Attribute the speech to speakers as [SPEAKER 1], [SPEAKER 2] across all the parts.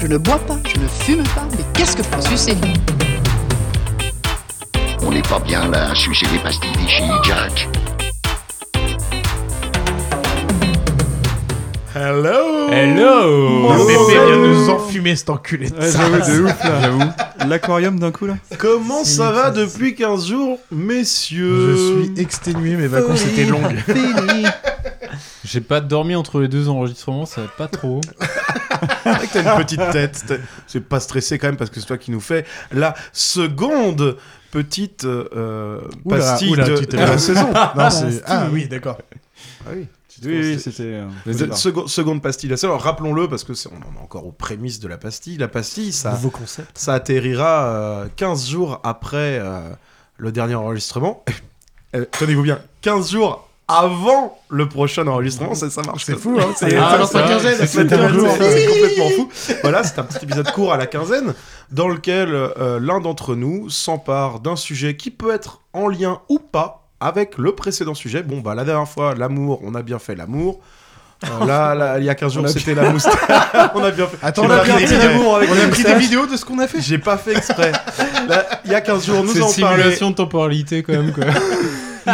[SPEAKER 1] Je ne bois pas, je ne fume pas, mais qu'est-ce que pour sucer
[SPEAKER 2] On n'est pas bien là à sucer des pastilles des Chili Jack.
[SPEAKER 3] Hello
[SPEAKER 4] Hello
[SPEAKER 3] Mon
[SPEAKER 4] Bébé
[SPEAKER 3] salut.
[SPEAKER 4] vient nous enfumer cet enculé de
[SPEAKER 5] Ah Ouais,
[SPEAKER 4] ça.
[SPEAKER 5] j'avoue, de ouf là. L'aquarium d'un coup là.
[SPEAKER 3] Comment ça va depuis 15 jours, messieurs
[SPEAKER 6] Je suis exténué, mes vacances étaient longues.
[SPEAKER 4] J'ai pas dormi entre les deux enregistrements, ça va pas trop.
[SPEAKER 3] C'est vrai que t'as une petite tête. t'es- C'est pas stressé quand même parce que c'est toi qui nous fais la seconde petite euh,
[SPEAKER 6] Oula,
[SPEAKER 3] pastille
[SPEAKER 6] oula,
[SPEAKER 3] de,
[SPEAKER 6] tu t'es-
[SPEAKER 3] de la saison.
[SPEAKER 6] Non, c'est- ah oui, d'accord. Ah
[SPEAKER 5] Oui, oui, c'était. euh,
[SPEAKER 3] Vous êtes seconde, seconde pastille. de La saison. Alors, rappelons-le parce que c'est- on en est encore aux prémices de la pastille. La pastille, ça,
[SPEAKER 6] Nouveau concept.
[SPEAKER 3] ça atterrira euh, 15 jours après euh, le dernier enregistrement. Euh, Tenez-vous bien, 15 jours avant le prochain enregistrement, ça, ça marche.
[SPEAKER 6] C'est fou, hein, c'est-
[SPEAKER 4] Ah,
[SPEAKER 3] ça-
[SPEAKER 4] non, c'est
[SPEAKER 3] ça-
[SPEAKER 4] quinzaine,
[SPEAKER 3] c'est-
[SPEAKER 6] c'est
[SPEAKER 3] c'est
[SPEAKER 6] toujours.
[SPEAKER 3] c'est complètement fou. Voilà, c'est un petit épisode court à la quinzaine dans lequel euh, l'un d'entre nous s'empare d'un sujet qui peut être en lien ou pas avec le précédent sujet. Bon, bah la dernière fois, l'amour, on a bien fait l'amour. Euh, là, là, il y a 15
[SPEAKER 6] On
[SPEAKER 3] jours,
[SPEAKER 6] a
[SPEAKER 3] c'était la moustache. on a bien fait.
[SPEAKER 6] Attends,
[SPEAKER 3] J'ai
[SPEAKER 6] on a
[SPEAKER 3] pas
[SPEAKER 6] bien
[SPEAKER 3] fait
[SPEAKER 6] fait
[SPEAKER 3] exprès.
[SPEAKER 6] l'amour avec
[SPEAKER 3] On
[SPEAKER 6] la
[SPEAKER 3] a pris des
[SPEAKER 6] moustache.
[SPEAKER 3] vidéos de ce qu'on a fait. J'ai pas fait exprès. Là, il y a 15 jours, nous
[SPEAKER 4] C'est
[SPEAKER 3] en parlait
[SPEAKER 4] simulation de temporalité quand même quoi.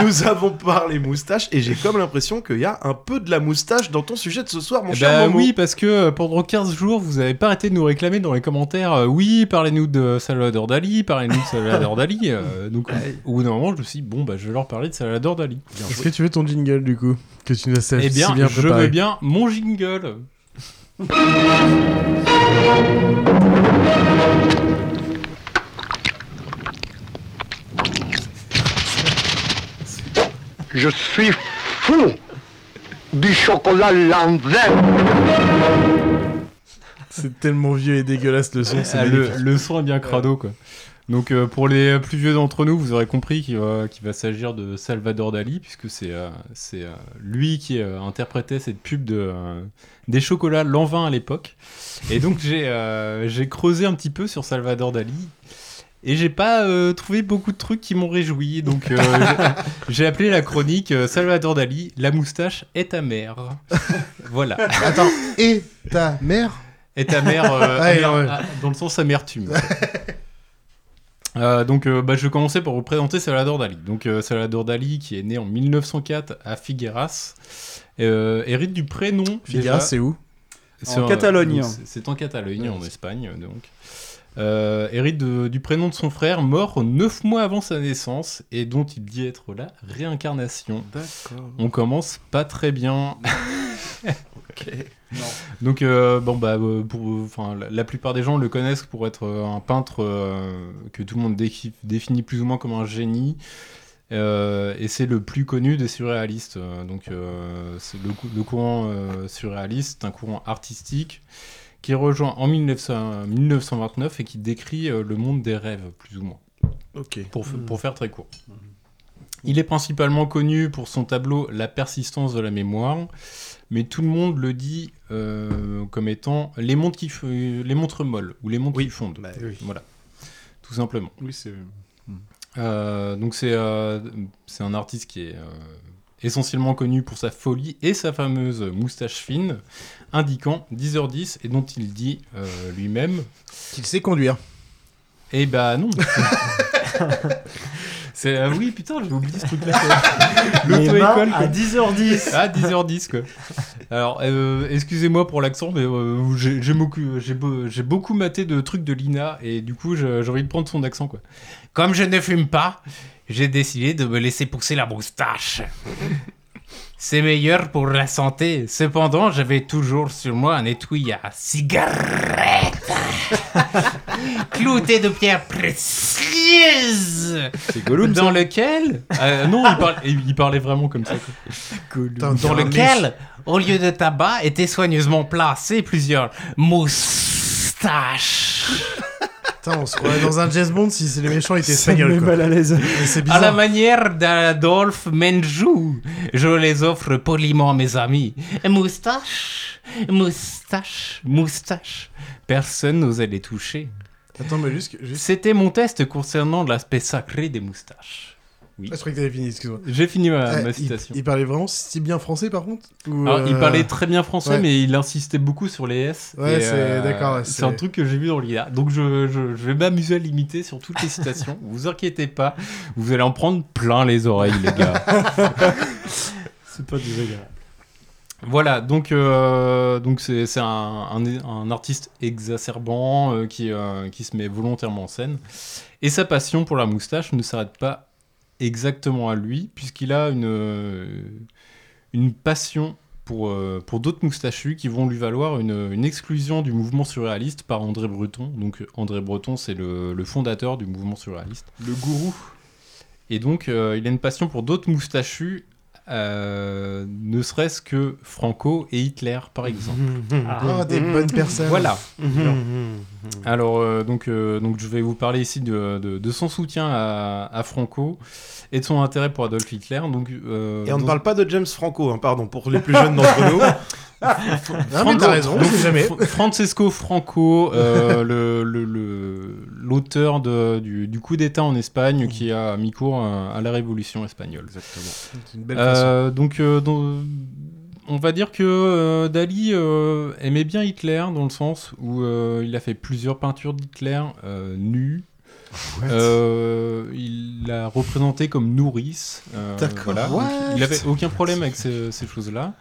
[SPEAKER 3] nous avons parlé moustache et j'ai comme l'impression qu'il y a un peu de la moustache dans ton sujet de ce soir, mon
[SPEAKER 4] Eh
[SPEAKER 3] cher
[SPEAKER 4] ben
[SPEAKER 3] Momo.
[SPEAKER 4] oui, parce que euh, pendant 15 jours, vous avez pas arrêté de nous réclamer dans les commentaires euh, oui, parlez-nous de Salvador Dali, parlez-nous de Salvador Dali. euh, donc, au bout d'un moment, je me suis dit bon, bah, je vais leur parler de Salvador Dali.
[SPEAKER 6] Est-ce que tu veux ton jingle du coup Que tu nous as
[SPEAKER 4] Eh
[SPEAKER 6] si
[SPEAKER 4] bien,
[SPEAKER 6] bien
[SPEAKER 4] je veux
[SPEAKER 6] préparé.
[SPEAKER 4] bien mon jingle.
[SPEAKER 2] Je suis fou du chocolat landais.
[SPEAKER 6] C'est tellement vieux et dégueulasse le son, c'est
[SPEAKER 4] Ah, le,
[SPEAKER 6] magnifique.
[SPEAKER 4] le son est bien crado quoi. Donc euh, pour les plus vieux d'entre nous, vous aurez compris qu'il va, qu'il va s'agir de Salvador Dali, puisque c'est euh, c'est, euh, lui qui euh, interprétait cette pub de, euh, des chocolats l'an 20 à l'époque. Et donc j'ai euh, j'ai creusé un petit peu sur Salvador Dali. Et j'ai pas euh, trouvé beaucoup de trucs qui m'ont réjoui, donc euh, j'ai- j'ai appelé la chronique euh, Salvador Dali, la moustache est ta mère. voilà.
[SPEAKER 6] Attends, et ta mère
[SPEAKER 4] Et ta mère, euh,
[SPEAKER 6] Ouais,
[SPEAKER 4] amer-
[SPEAKER 6] ouais.
[SPEAKER 4] ah, dans le sens amertume. Euh, donc, euh, bah, je vais commencer par vous présenter Salvador Dali. Donc, euh, Salvador Dali, qui est né en 1904 à Figueras, euh, hérite du prénom.
[SPEAKER 6] Figueras,
[SPEAKER 4] déjà.
[SPEAKER 6] c'est où
[SPEAKER 4] C'est
[SPEAKER 5] en Catalogne.
[SPEAKER 4] euh, donc, c'est- C'est en Catalogne, en Espagne, donc. Euh, hérite de- du prénom de son frère, mort neuf mois avant sa naissance, et dont il dit être la réincarnation.
[SPEAKER 3] D'accord.
[SPEAKER 4] On commence pas très bien. Donc euh, bon bah euh, pour, enfin la- la plupart des gens le connaissent pour être euh, un peintre euh, que tout le monde dé- définit plus ou moins comme un génie. Euh, et c'est le plus connu des surréalistes. Euh, Donc euh, c'est le, cou- le courant euh, surréaliste, c'est un courant artistique qui est rejoint en 1900 1929 et qui décrit euh, le monde des rêves plus ou moins
[SPEAKER 3] Ok.
[SPEAKER 4] pour,
[SPEAKER 5] Mm.
[SPEAKER 4] f- pour faire très court. Il est principalement connu pour son tableau La persistance de la mémoire, mais tout le monde le dit euh, comme étant les montres, qui f- les montres molles ou les montres qui fondent. Voilà, tout simplement.
[SPEAKER 5] Bah Oui, c'est. mm.
[SPEAKER 4] Euh, donc c'est euh, c'est un artiste qui est euh, essentiellement connu pour sa folie et sa fameuse moustache fine, indiquant 10h10 et dont il dit euh, lui-même
[SPEAKER 6] Qu'il sait conduire.
[SPEAKER 4] Eh bah non. C'est ah oui putain j'ai oublié ce truc là. L'auto-école quoi.
[SPEAKER 5] à 10h10.
[SPEAKER 4] Ah 10h10 quoi. Alors euh, excusez-moi pour l'accent mais euh, j'ai j'ai beaucoup j'ai beau- j'ai beaucoup maté de trucs de Lina et du coup je- j'ai envie de prendre son accent quoi. Comme je ne fume pas, j'ai décidé de me laisser pousser la moustache. C'est meilleur pour la santé. Cependant, j'avais toujours sur moi un étui à cigarette. clouté de pierres précieuses.
[SPEAKER 5] C'est Gollum.
[SPEAKER 4] Dans lequel Euh, Non, il, parle- il- il parlait vraiment comme ça. quoi.
[SPEAKER 6] Putain,
[SPEAKER 4] Dans
[SPEAKER 6] t'es un mec.
[SPEAKER 4] lequel, au lieu de tabac, étaient soigneusement placés plusieurs moustaches.
[SPEAKER 6] Putain, on se croirait dans un jazz bond si c'est les méchants étaient
[SPEAKER 5] Ça me met
[SPEAKER 6] espagnols quoi.
[SPEAKER 5] mal à l'aise.
[SPEAKER 6] Mais c'est
[SPEAKER 4] À la
[SPEAKER 6] bizarre.
[SPEAKER 4] manière d'Adolphe Menjou, je les offre poliment, mes amis. Moustache, moustache, moustache. Personne n'osait les toucher.
[SPEAKER 6] Attends, mais juste, juste-
[SPEAKER 4] C'était mon test concernant l'aspect sacré des moustaches. Oui.
[SPEAKER 6] Ah, je croyais que t'avais fini, excuse-moi.
[SPEAKER 4] J'ai fini ma,
[SPEAKER 6] Eh,
[SPEAKER 4] Ah, ma
[SPEAKER 6] il-
[SPEAKER 4] citation.
[SPEAKER 6] Il, parlait vraiment si bien français par contre ou,
[SPEAKER 4] Alors, il
[SPEAKER 6] euh,
[SPEAKER 4] parlait très bien français,
[SPEAKER 6] ouais.
[SPEAKER 4] mais il insistait beaucoup sur les S.
[SPEAKER 6] Ouais,
[SPEAKER 4] et, euh,
[SPEAKER 6] c'est- d'accord, ouais,
[SPEAKER 4] c'est un
[SPEAKER 6] c'est-
[SPEAKER 4] truc que j'ai vu dans l'IA. Donc, je, je- je vais m'amuser à l'imiter sur toutes les citations. vous inquiétez pas, vous allez en prendre plein les oreilles, les gars.
[SPEAKER 7] C'est pas désagréable.
[SPEAKER 4] voilà, donc euh, donc c'est c'est un, un- un artiste exacerbant euh, qui, euh, qui se met volontairement en scène. Et sa passion pour la moustache ne s'arrête pas exactement à lui, puisqu'il a une, euh, une passion pour, euh, pour d'autres moustachus qui vont lui valoir une, une exclusion du mouvement surréaliste par André Breton. Donc euh, André Breton, c'est le, le fondateur du mouvement surréaliste. Le gourou. Et donc, euh, il a une passion pour d'autres moustachus, euh, ne serait-ce que Franco et Hitler, par exemple.
[SPEAKER 3] Mhm.
[SPEAKER 7] Ah,
[SPEAKER 6] Ah, des bonnes personnes.
[SPEAKER 4] Mm, Voilà.
[SPEAKER 3] Mhm.
[SPEAKER 4] Alors, euh, donc, euh, donc, je vais vous parler ici de, de- de son soutien à, à Franco et de son intérêt pour Adolf Hitler. Donc, euh,
[SPEAKER 3] Et on ne
[SPEAKER 4] dans-
[SPEAKER 3] parle pas de James Franco, hein, pardon, pour les plus jeunes d'entre nous.
[SPEAKER 6] Non, mais
[SPEAKER 4] Franco-
[SPEAKER 6] t'as raison, on
[SPEAKER 4] donc,
[SPEAKER 6] sait jamais.
[SPEAKER 4] Fr- Francesco Franco, euh, le- le- le- l'auteur de- du, du coup d'État en Espagne qui a mis cours euh, à, à la Révolution espagnole.
[SPEAKER 6] C'est une belle façon.
[SPEAKER 4] Euh, donc, euh, dans- on va dire que euh, Dali euh, aimait bien Hitler dans le sens où euh, il a fait plusieurs peintures d'Hitler euh, nues. Euh, il l'a représenté comme nourrice. euh,
[SPEAKER 6] D'accord.
[SPEAKER 4] voilà. Donc,
[SPEAKER 6] What
[SPEAKER 4] il avait aucun problème avec ces, ces choses-là.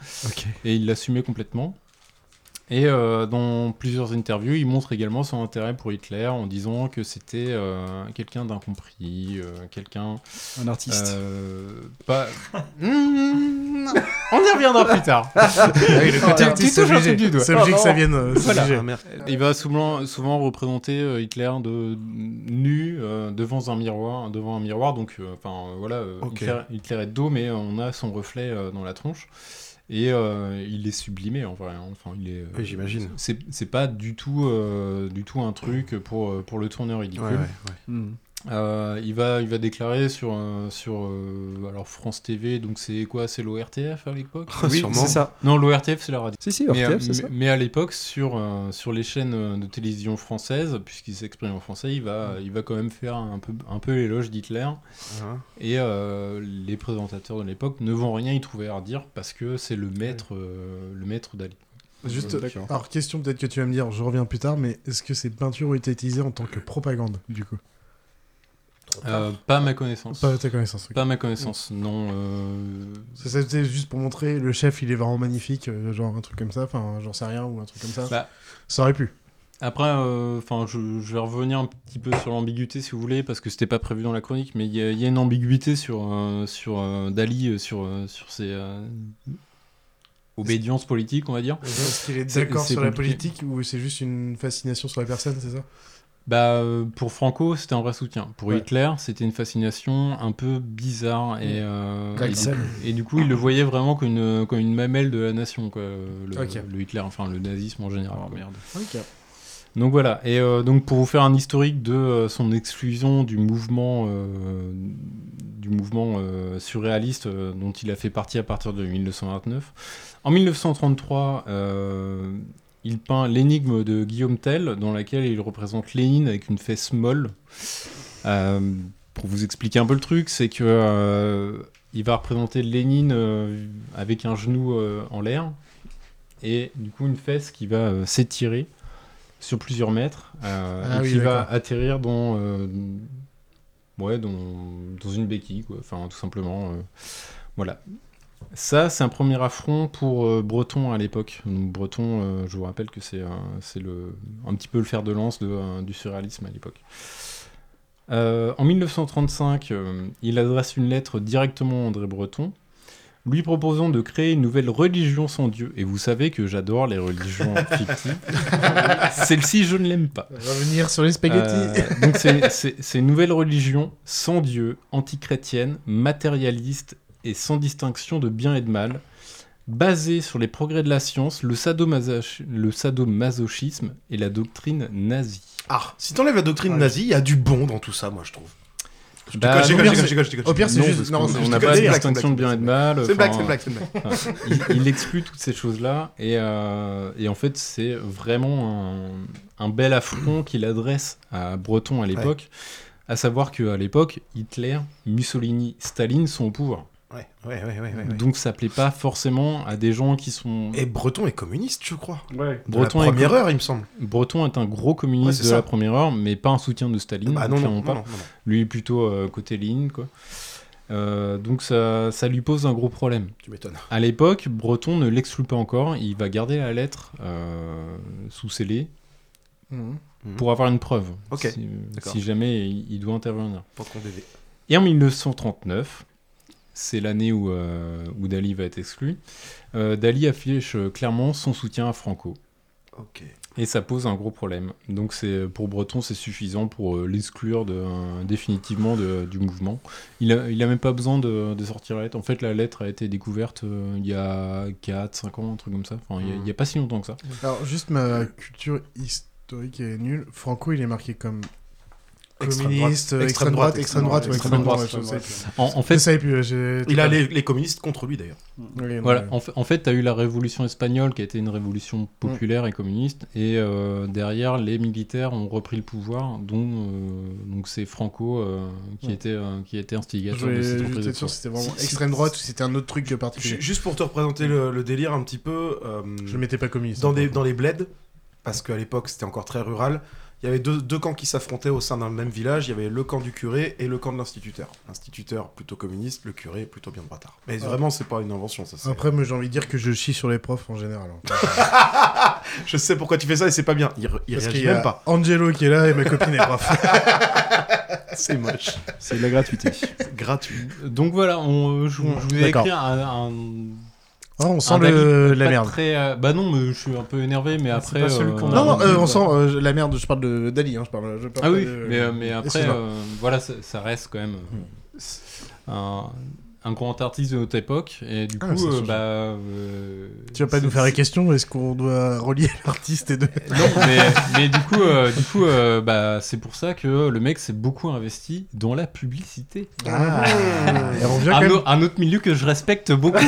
[SPEAKER 4] Et il l'assumait complètement. Et euh, dans plusieurs interviews, il montre également son intérêt pour Hitler en disant que c'était euh, quelqu'un d'incompris, euh, quelqu'un
[SPEAKER 5] Un artiste.
[SPEAKER 4] euh, pas. Hmm, non. On y reviendra plus tard.
[SPEAKER 6] Ah oui, le côté
[SPEAKER 4] t'es-
[SPEAKER 6] artiste, c'est
[SPEAKER 4] t'es toujours
[SPEAKER 6] obligé.
[SPEAKER 4] sous le doigt.
[SPEAKER 6] C'est obligé que ça vienne. euh, c'est
[SPEAKER 4] Voilà.
[SPEAKER 3] Ah,
[SPEAKER 6] obligé.
[SPEAKER 4] Il va souvent, souvent représenter euh, Hitler de, nu euh, devant un miroir, devant un miroir. Donc, euh, enfin euh, voilà, euh,
[SPEAKER 3] Ok.
[SPEAKER 4] Hitler, Hitler est de dos, mais euh, on a son reflet euh, dans la tronche. Et euh, il est sublimé en vrai. hein. Enfin, il est. euh,
[SPEAKER 3] Oui, j'imagine.
[SPEAKER 4] C'est c'est pas du tout, euh, du tout un truc pour euh, pour le tourneur ridicule.
[SPEAKER 3] Ouais, ouais, ouais.
[SPEAKER 5] Hmm.
[SPEAKER 4] Euh, il, va, il va déclarer sur, euh, sur euh, alors France TV, donc c'est quoi C'est l'ORTF à l'époque
[SPEAKER 5] Oui,
[SPEAKER 3] Sûrement.
[SPEAKER 5] c'est ça.
[SPEAKER 4] Non, l'ORTF c'est la radio.
[SPEAKER 5] Si, si,
[SPEAKER 4] Mais,
[SPEAKER 5] RTF,
[SPEAKER 4] euh,
[SPEAKER 5] c'est ça.
[SPEAKER 4] mais- mais à l'époque, sur, euh, sur les chaînes euh, de télévision françaises, puisqu'il s'exprime en français, il va,
[SPEAKER 5] Mm.
[SPEAKER 4] il va quand même faire un peu, un peu l'éloge d'Hitler.
[SPEAKER 3] Hein.
[SPEAKER 4] Et euh, les présentateurs de l'époque ne vont rien y trouver à redire parce que c'est le maître, euh, le maître d'Ali.
[SPEAKER 6] Juste,
[SPEAKER 4] D'accord.
[SPEAKER 6] alors question peut-être que tu vas me dire, je reviens plus tard, mais est-ce que ces peintures ont été utilisées en tant que propagande du coup
[SPEAKER 5] Ah.
[SPEAKER 4] Euh, pas à ma connaissance.
[SPEAKER 6] Pas
[SPEAKER 4] Pas,
[SPEAKER 6] à ta connaissance. ok.
[SPEAKER 4] à ma connaissance, non. euh,
[SPEAKER 6] Ça, ça, C'était juste pour montrer le chef, il est vraiment magnifique, euh, genre un truc comme ça, enfin j'en sais rien ou un truc comme ça.
[SPEAKER 4] Bah.
[SPEAKER 6] Ça aurait pu.
[SPEAKER 4] Après, euh, enfin, je, je vais revenir un petit peu sur l'ambiguïté, si vous voulez, parce que c'était pas prévu dans la chronique, mais il y, a- il y a une ambiguïté sur euh, sur euh, Dali, euh, sur euh, sur ses euh, obédiences politiques, on va dire.
[SPEAKER 6] Est-ce qu'il est
[SPEAKER 4] Euh, C'est-
[SPEAKER 6] d'accord
[SPEAKER 4] c'est
[SPEAKER 6] sur la
[SPEAKER 4] compliqué.
[SPEAKER 6] politique ou c'est juste une fascination sur la personne, c'est ça
[SPEAKER 4] Bah, euh, pour Franco, c'était un vrai soutien. Pour
[SPEAKER 6] Ouais.
[SPEAKER 4] Hitler, c'était une fascination un peu bizarre et euh,
[SPEAKER 6] Comme
[SPEAKER 4] et,
[SPEAKER 6] ça.
[SPEAKER 4] du, et du coup, il le voyait vraiment comme une comme une mamelle de la nation, quoi. Le,
[SPEAKER 6] Ok.
[SPEAKER 4] le Hitler, enfin le nazisme en général. quoi.
[SPEAKER 6] Ok.
[SPEAKER 4] Donc voilà, et euh, donc pour vous faire un historique de euh, son exclusion du mouvement, euh, du mouvement euh, surréaliste euh, dont il a fait partie à partir de 1929, en 1933, euh, il peint l'énigme de Guillaume Tell, dans laquelle il représente Lénine avec une fesse molle. Euh, pour vous expliquer un peu le truc, c'est que euh, il va représenter Lénine euh, avec un genou euh, en l'air et du coup une fesse qui va euh, s'étirer sur plusieurs mètres euh,
[SPEAKER 6] Ah
[SPEAKER 4] et
[SPEAKER 6] oui,
[SPEAKER 4] qui va
[SPEAKER 6] d'accord.
[SPEAKER 4] atterrir dans euh, ouais dans, dans une béquille quoi. enfin tout simplement euh, voilà ça c'est un premier affront pour euh, Breton à l'époque donc Breton euh, je vous rappelle que c'est euh, c'est le euh, un petit peu le fer de lance de, euh, du surréalisme à l'époque euh, en 1935, euh, il adresse une lettre directement à André Breton, lui proposant de créer une nouvelle religion sans Dieu. Et vous savez que j'adore les religions fictives. Celle-ci, je ne l'aime pas.
[SPEAKER 6] Revenir sur les spaghettis.
[SPEAKER 4] Euh, donc c'est- c'est c'est une nouvelle religion sans Dieu, antichrétienne, matérialiste et sans distinction de bien et de mal, basée sur les progrès de la science, le, sadomasach- le sadomasochisme et la doctrine nazie.
[SPEAKER 3] Ah, si t'enlèves la doctrine
[SPEAKER 6] Ouais.
[SPEAKER 3] nazie, il y a du bon dans tout ça, moi, je trouve. Je
[SPEAKER 4] Bah,
[SPEAKER 3] déconne, je déconne,
[SPEAKER 4] non,
[SPEAKER 6] mais
[SPEAKER 3] je déconne, je déconne, je
[SPEAKER 6] Au pire,
[SPEAKER 3] déconne.
[SPEAKER 6] c'est
[SPEAKER 4] Non,
[SPEAKER 6] juste.
[SPEAKER 4] parce
[SPEAKER 6] Non,
[SPEAKER 4] qu'on-
[SPEAKER 6] c'est
[SPEAKER 4] on
[SPEAKER 6] juste
[SPEAKER 4] n'a
[SPEAKER 6] que
[SPEAKER 4] pas de
[SPEAKER 6] dalle.
[SPEAKER 3] blague,
[SPEAKER 4] distinction de bien et de mal.
[SPEAKER 3] hein, C'est une blague,
[SPEAKER 4] enfin,
[SPEAKER 3] c'est une blague, c'est une blague.
[SPEAKER 4] il, il exclut toutes ces choses-là et, euh, et en fait c'est vraiment un, un bel affront qu'il adresse à Breton à l'époque À savoir qu'à l'époque, Hitler, Mussolini, Staline sont au pouvoir.
[SPEAKER 3] Ouais, ouais, ouais, ouais. ouais, ouais.
[SPEAKER 4] Donc ça plaît pas forcément à des gens qui sont.
[SPEAKER 3] Et Breton est communiste, je crois.
[SPEAKER 7] Ouais.
[SPEAKER 3] De
[SPEAKER 4] Breton
[SPEAKER 3] la
[SPEAKER 4] est
[SPEAKER 3] première
[SPEAKER 4] com-
[SPEAKER 3] heure, il me semble.
[SPEAKER 4] Breton est un gros communiste
[SPEAKER 3] Ouais, c'est
[SPEAKER 4] de
[SPEAKER 3] ça.
[SPEAKER 4] la première heure, mais pas un soutien de Staline.
[SPEAKER 3] Bah non, non,
[SPEAKER 4] clairement
[SPEAKER 3] non,
[SPEAKER 4] pas.
[SPEAKER 3] non, non.
[SPEAKER 4] Lui est plutôt euh, côté Lénine, quoi. Euh, donc ça, ça lui pose un gros problème.
[SPEAKER 3] Tu m'étonnes.
[SPEAKER 4] À l'époque, Breton ne l'exclut pas encore, il va garder la lettre euh, sous scellé
[SPEAKER 6] Mhm.
[SPEAKER 4] pour avoir une preuve,
[SPEAKER 3] Mmh. Ok,
[SPEAKER 4] si, euh,
[SPEAKER 3] d'accord.
[SPEAKER 4] si jamais il il doit intervenir.
[SPEAKER 3] Pas qu'on dévie.
[SPEAKER 4] Et en 1939, c'est l'année où, euh, où Dali va être exclu, euh, Dali affiche euh, clairement son soutien à Franco.
[SPEAKER 3] Ok.
[SPEAKER 4] Et ça pose un gros problème. Donc c'est pour Breton, c'est suffisant pour euh, l'exclure de- euh, définitivement de- du mouvement. Il n'a il a même pas besoin de, de sortir la lettre. En fait, la lettre a été découverte euh, il y a 4-5 ans, un truc comme ça. Enfin, il y a- il n'y a, pas si longtemps que ça.
[SPEAKER 6] Alors, juste ma culture historique est nulle. Franco, il est marqué comme
[SPEAKER 3] Extrême
[SPEAKER 6] communiste, euh,
[SPEAKER 3] droite.
[SPEAKER 6] extrême droite, extrême droite, ouais,
[SPEAKER 4] extrême
[SPEAKER 6] extrême
[SPEAKER 4] droite,
[SPEAKER 6] droite. Je sais plus.
[SPEAKER 4] En, en
[SPEAKER 6] Je
[SPEAKER 4] fait,
[SPEAKER 6] savais plus. j'ai-
[SPEAKER 3] Il a les, les communistes contre lui d'ailleurs.
[SPEAKER 6] Ok, non,
[SPEAKER 4] Voilà,
[SPEAKER 6] mais-
[SPEAKER 4] en fait, en fait, t'as eu la révolution espagnole qui a été une révolution populaire et communiste, et euh, derrière, les militaires ont repris le pouvoir, dont euh, donc c'est Franco euh, qui,
[SPEAKER 6] Ouais.
[SPEAKER 4] était, euh, qui était
[SPEAKER 6] Je
[SPEAKER 4] instigateur de cette
[SPEAKER 6] voulais
[SPEAKER 4] reprise
[SPEAKER 6] juste
[SPEAKER 4] de
[SPEAKER 6] être sûr
[SPEAKER 4] pouvoir.
[SPEAKER 6] hein. si c'était vraiment
[SPEAKER 3] Si- si-
[SPEAKER 6] extrême droite ou si c'était un autre truc
[SPEAKER 3] Ju-
[SPEAKER 6] particulier.
[SPEAKER 3] Juste pour te représenter le, le délire un petit peu, euh,
[SPEAKER 6] Je le mettais pas communiste.
[SPEAKER 3] dans, des,
[SPEAKER 6] hein,
[SPEAKER 3] dans les bleds, parce qu'à l'époque c'était encore très rural, il y avait deux, deux camps qui s'affrontaient au sein d'un même village. Il y avait le camp du curé et le camp de l'instituteur. L'instituteur plutôt communiste, le curé plutôt bien de bâtard. Mais
[SPEAKER 6] Ah.
[SPEAKER 3] vraiment, c'est pas une invention, ça. c'est-
[SPEAKER 6] Après, moi, j'ai envie de dire que je chie sur les profs en général. hein.
[SPEAKER 3] Je sais pourquoi tu fais ça et c'est pas bien. Il, re- il
[SPEAKER 6] Parce
[SPEAKER 3] réagit
[SPEAKER 6] qu'il y a
[SPEAKER 3] même pas.
[SPEAKER 6] Angelo qui est là et ma copine est prof.
[SPEAKER 3] C'est moche.
[SPEAKER 5] C'est de la gratuité.
[SPEAKER 3] C'est gratuit.
[SPEAKER 4] Donc voilà, on, euh, je, je vous ai
[SPEAKER 6] D'accord.
[SPEAKER 4] écrit un. un-
[SPEAKER 6] Ah, on sent
[SPEAKER 4] Un
[SPEAKER 6] le- la
[SPEAKER 4] pas
[SPEAKER 6] merde.
[SPEAKER 4] très, euh, bah non, mais je suis un peu énervé, mais après.
[SPEAKER 7] pas celui qu'on a
[SPEAKER 6] Non, non,
[SPEAKER 7] Ah,
[SPEAKER 6] euh, on
[SPEAKER 7] quoi.
[SPEAKER 6] sent euh, la merde. Je parle de Dali. Hein, je parle, je parle
[SPEAKER 4] Ah
[SPEAKER 6] pas
[SPEAKER 4] oui,
[SPEAKER 6] de-
[SPEAKER 4] mais, euh, mais après,
[SPEAKER 6] Excuse-moi. Hmm.
[SPEAKER 4] euh, voilà, ça, ça reste quand même euh, un, un grand artiste de notre époque, et du coup,
[SPEAKER 6] Ah, ça
[SPEAKER 4] euh,
[SPEAKER 6] change.
[SPEAKER 4] bah. euh,
[SPEAKER 6] Tu vas pas nous
[SPEAKER 4] c'est-
[SPEAKER 6] faire les questions Est-ce qu'on doit relier l'artiste et de...
[SPEAKER 4] Non, mais, mais du coup, euh, du coup euh, bah, c'est pour ça que le mec s'est beaucoup investi dans la publicité.
[SPEAKER 6] Ah, Elle revient quand
[SPEAKER 4] Un,
[SPEAKER 6] même.
[SPEAKER 4] au- un autre milieu que je respecte beaucoup.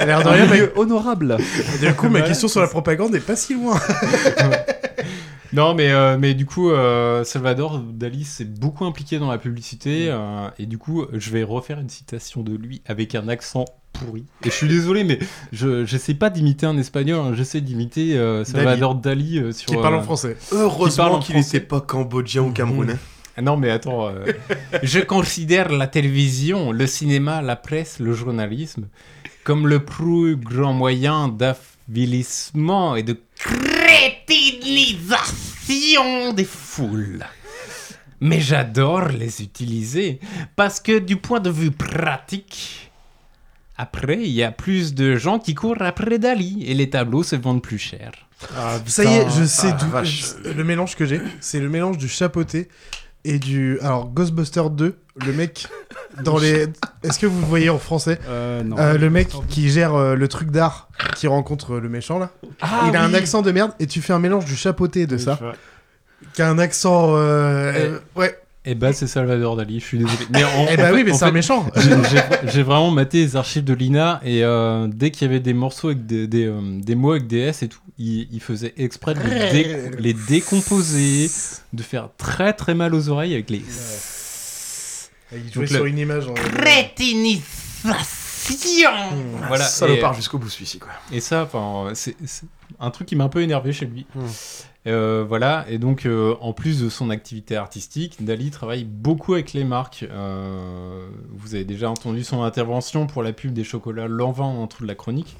[SPEAKER 6] Elle a l'air de
[SPEAKER 5] Un
[SPEAKER 6] rien, mais
[SPEAKER 5] milieu honorable.
[SPEAKER 6] du coup, ma question sur la propagande est pas si loin.
[SPEAKER 4] non, mais, euh, mais du coup, euh, Salvador Dali s'est beaucoup impliqué dans la publicité. euh, et du coup, je vais refaire une citation de lui avec un accent pourri. Et je suis désolé, mais je j'essaie pas d'imiter un espagnol, hein, j'essaie d'imiter euh, Salvador Dali, euh, sur.
[SPEAKER 6] Qui parle en
[SPEAKER 4] euh,
[SPEAKER 6] français.
[SPEAKER 4] parle en
[SPEAKER 3] Heureusement qu'il
[SPEAKER 4] français.
[SPEAKER 3] n'était pas cambodgien ou camerounais.
[SPEAKER 4] Ah Non, mais attends. euh, je considère la télévision, le cinéma, la presse, le journalisme comme le plus grand moyen d'affaiblissement et de crétinisation des foules. Mais j'adore les utiliser parce que du point de vue pratique, après, il y a plus de gens qui courent après Dali et les tableaux se vendent plus cher.
[SPEAKER 6] Ça y est, je sais
[SPEAKER 3] Ah,
[SPEAKER 6] d'où.
[SPEAKER 3] vache.
[SPEAKER 6] je- Le mélange que j'ai, c'est le mélange du chapeauté et du. Alors, Ghostbuster 2, le mec dans les. Est-ce que vous le voyez en français
[SPEAKER 5] Euh, non.
[SPEAKER 6] Euh, Le mec qui gère euh, le truc d'art, qui rencontre euh, le méchant là.
[SPEAKER 5] Ah
[SPEAKER 4] Ah
[SPEAKER 6] il a un accent de merde et tu fais un mélange du chapeauté de ça, qui a un accent. euh, euh, ouais.
[SPEAKER 4] Eh ben, c'est Salvador Dali, je suis désolé. Mais en-
[SPEAKER 6] Eh
[SPEAKER 4] en
[SPEAKER 6] bah
[SPEAKER 4] fait-
[SPEAKER 6] oui, mais
[SPEAKER 4] en
[SPEAKER 6] c'est
[SPEAKER 4] fait,
[SPEAKER 6] un méchant.
[SPEAKER 4] J'ai- j'ai- J'ai vraiment maté les archives de Lina et euh, dès qu'il y avait des morceaux avec des, des, euh, des mots avec des S et tout, il, il faisait exprès de les, dé- les décomposer, de faire très très mal aux oreilles avec les
[SPEAKER 6] Il jouait
[SPEAKER 4] Donc, le-
[SPEAKER 6] sur une image. en-
[SPEAKER 4] rétinisations. Voilà. euh,
[SPEAKER 3] Salopard jusqu'au bout celui-ci quoi.
[SPEAKER 4] Et, et ça, enfin, c'est c'est un truc qui m'a un peu énervé chez lui.
[SPEAKER 6] Hmm.
[SPEAKER 4] Euh, voilà, et donc euh, en plus de son activité artistique, Dali travaille beaucoup avec les marques. Euh, vous avez déjà entendu son intervention pour la pub des chocolats L'Envin en dessous de la chronique.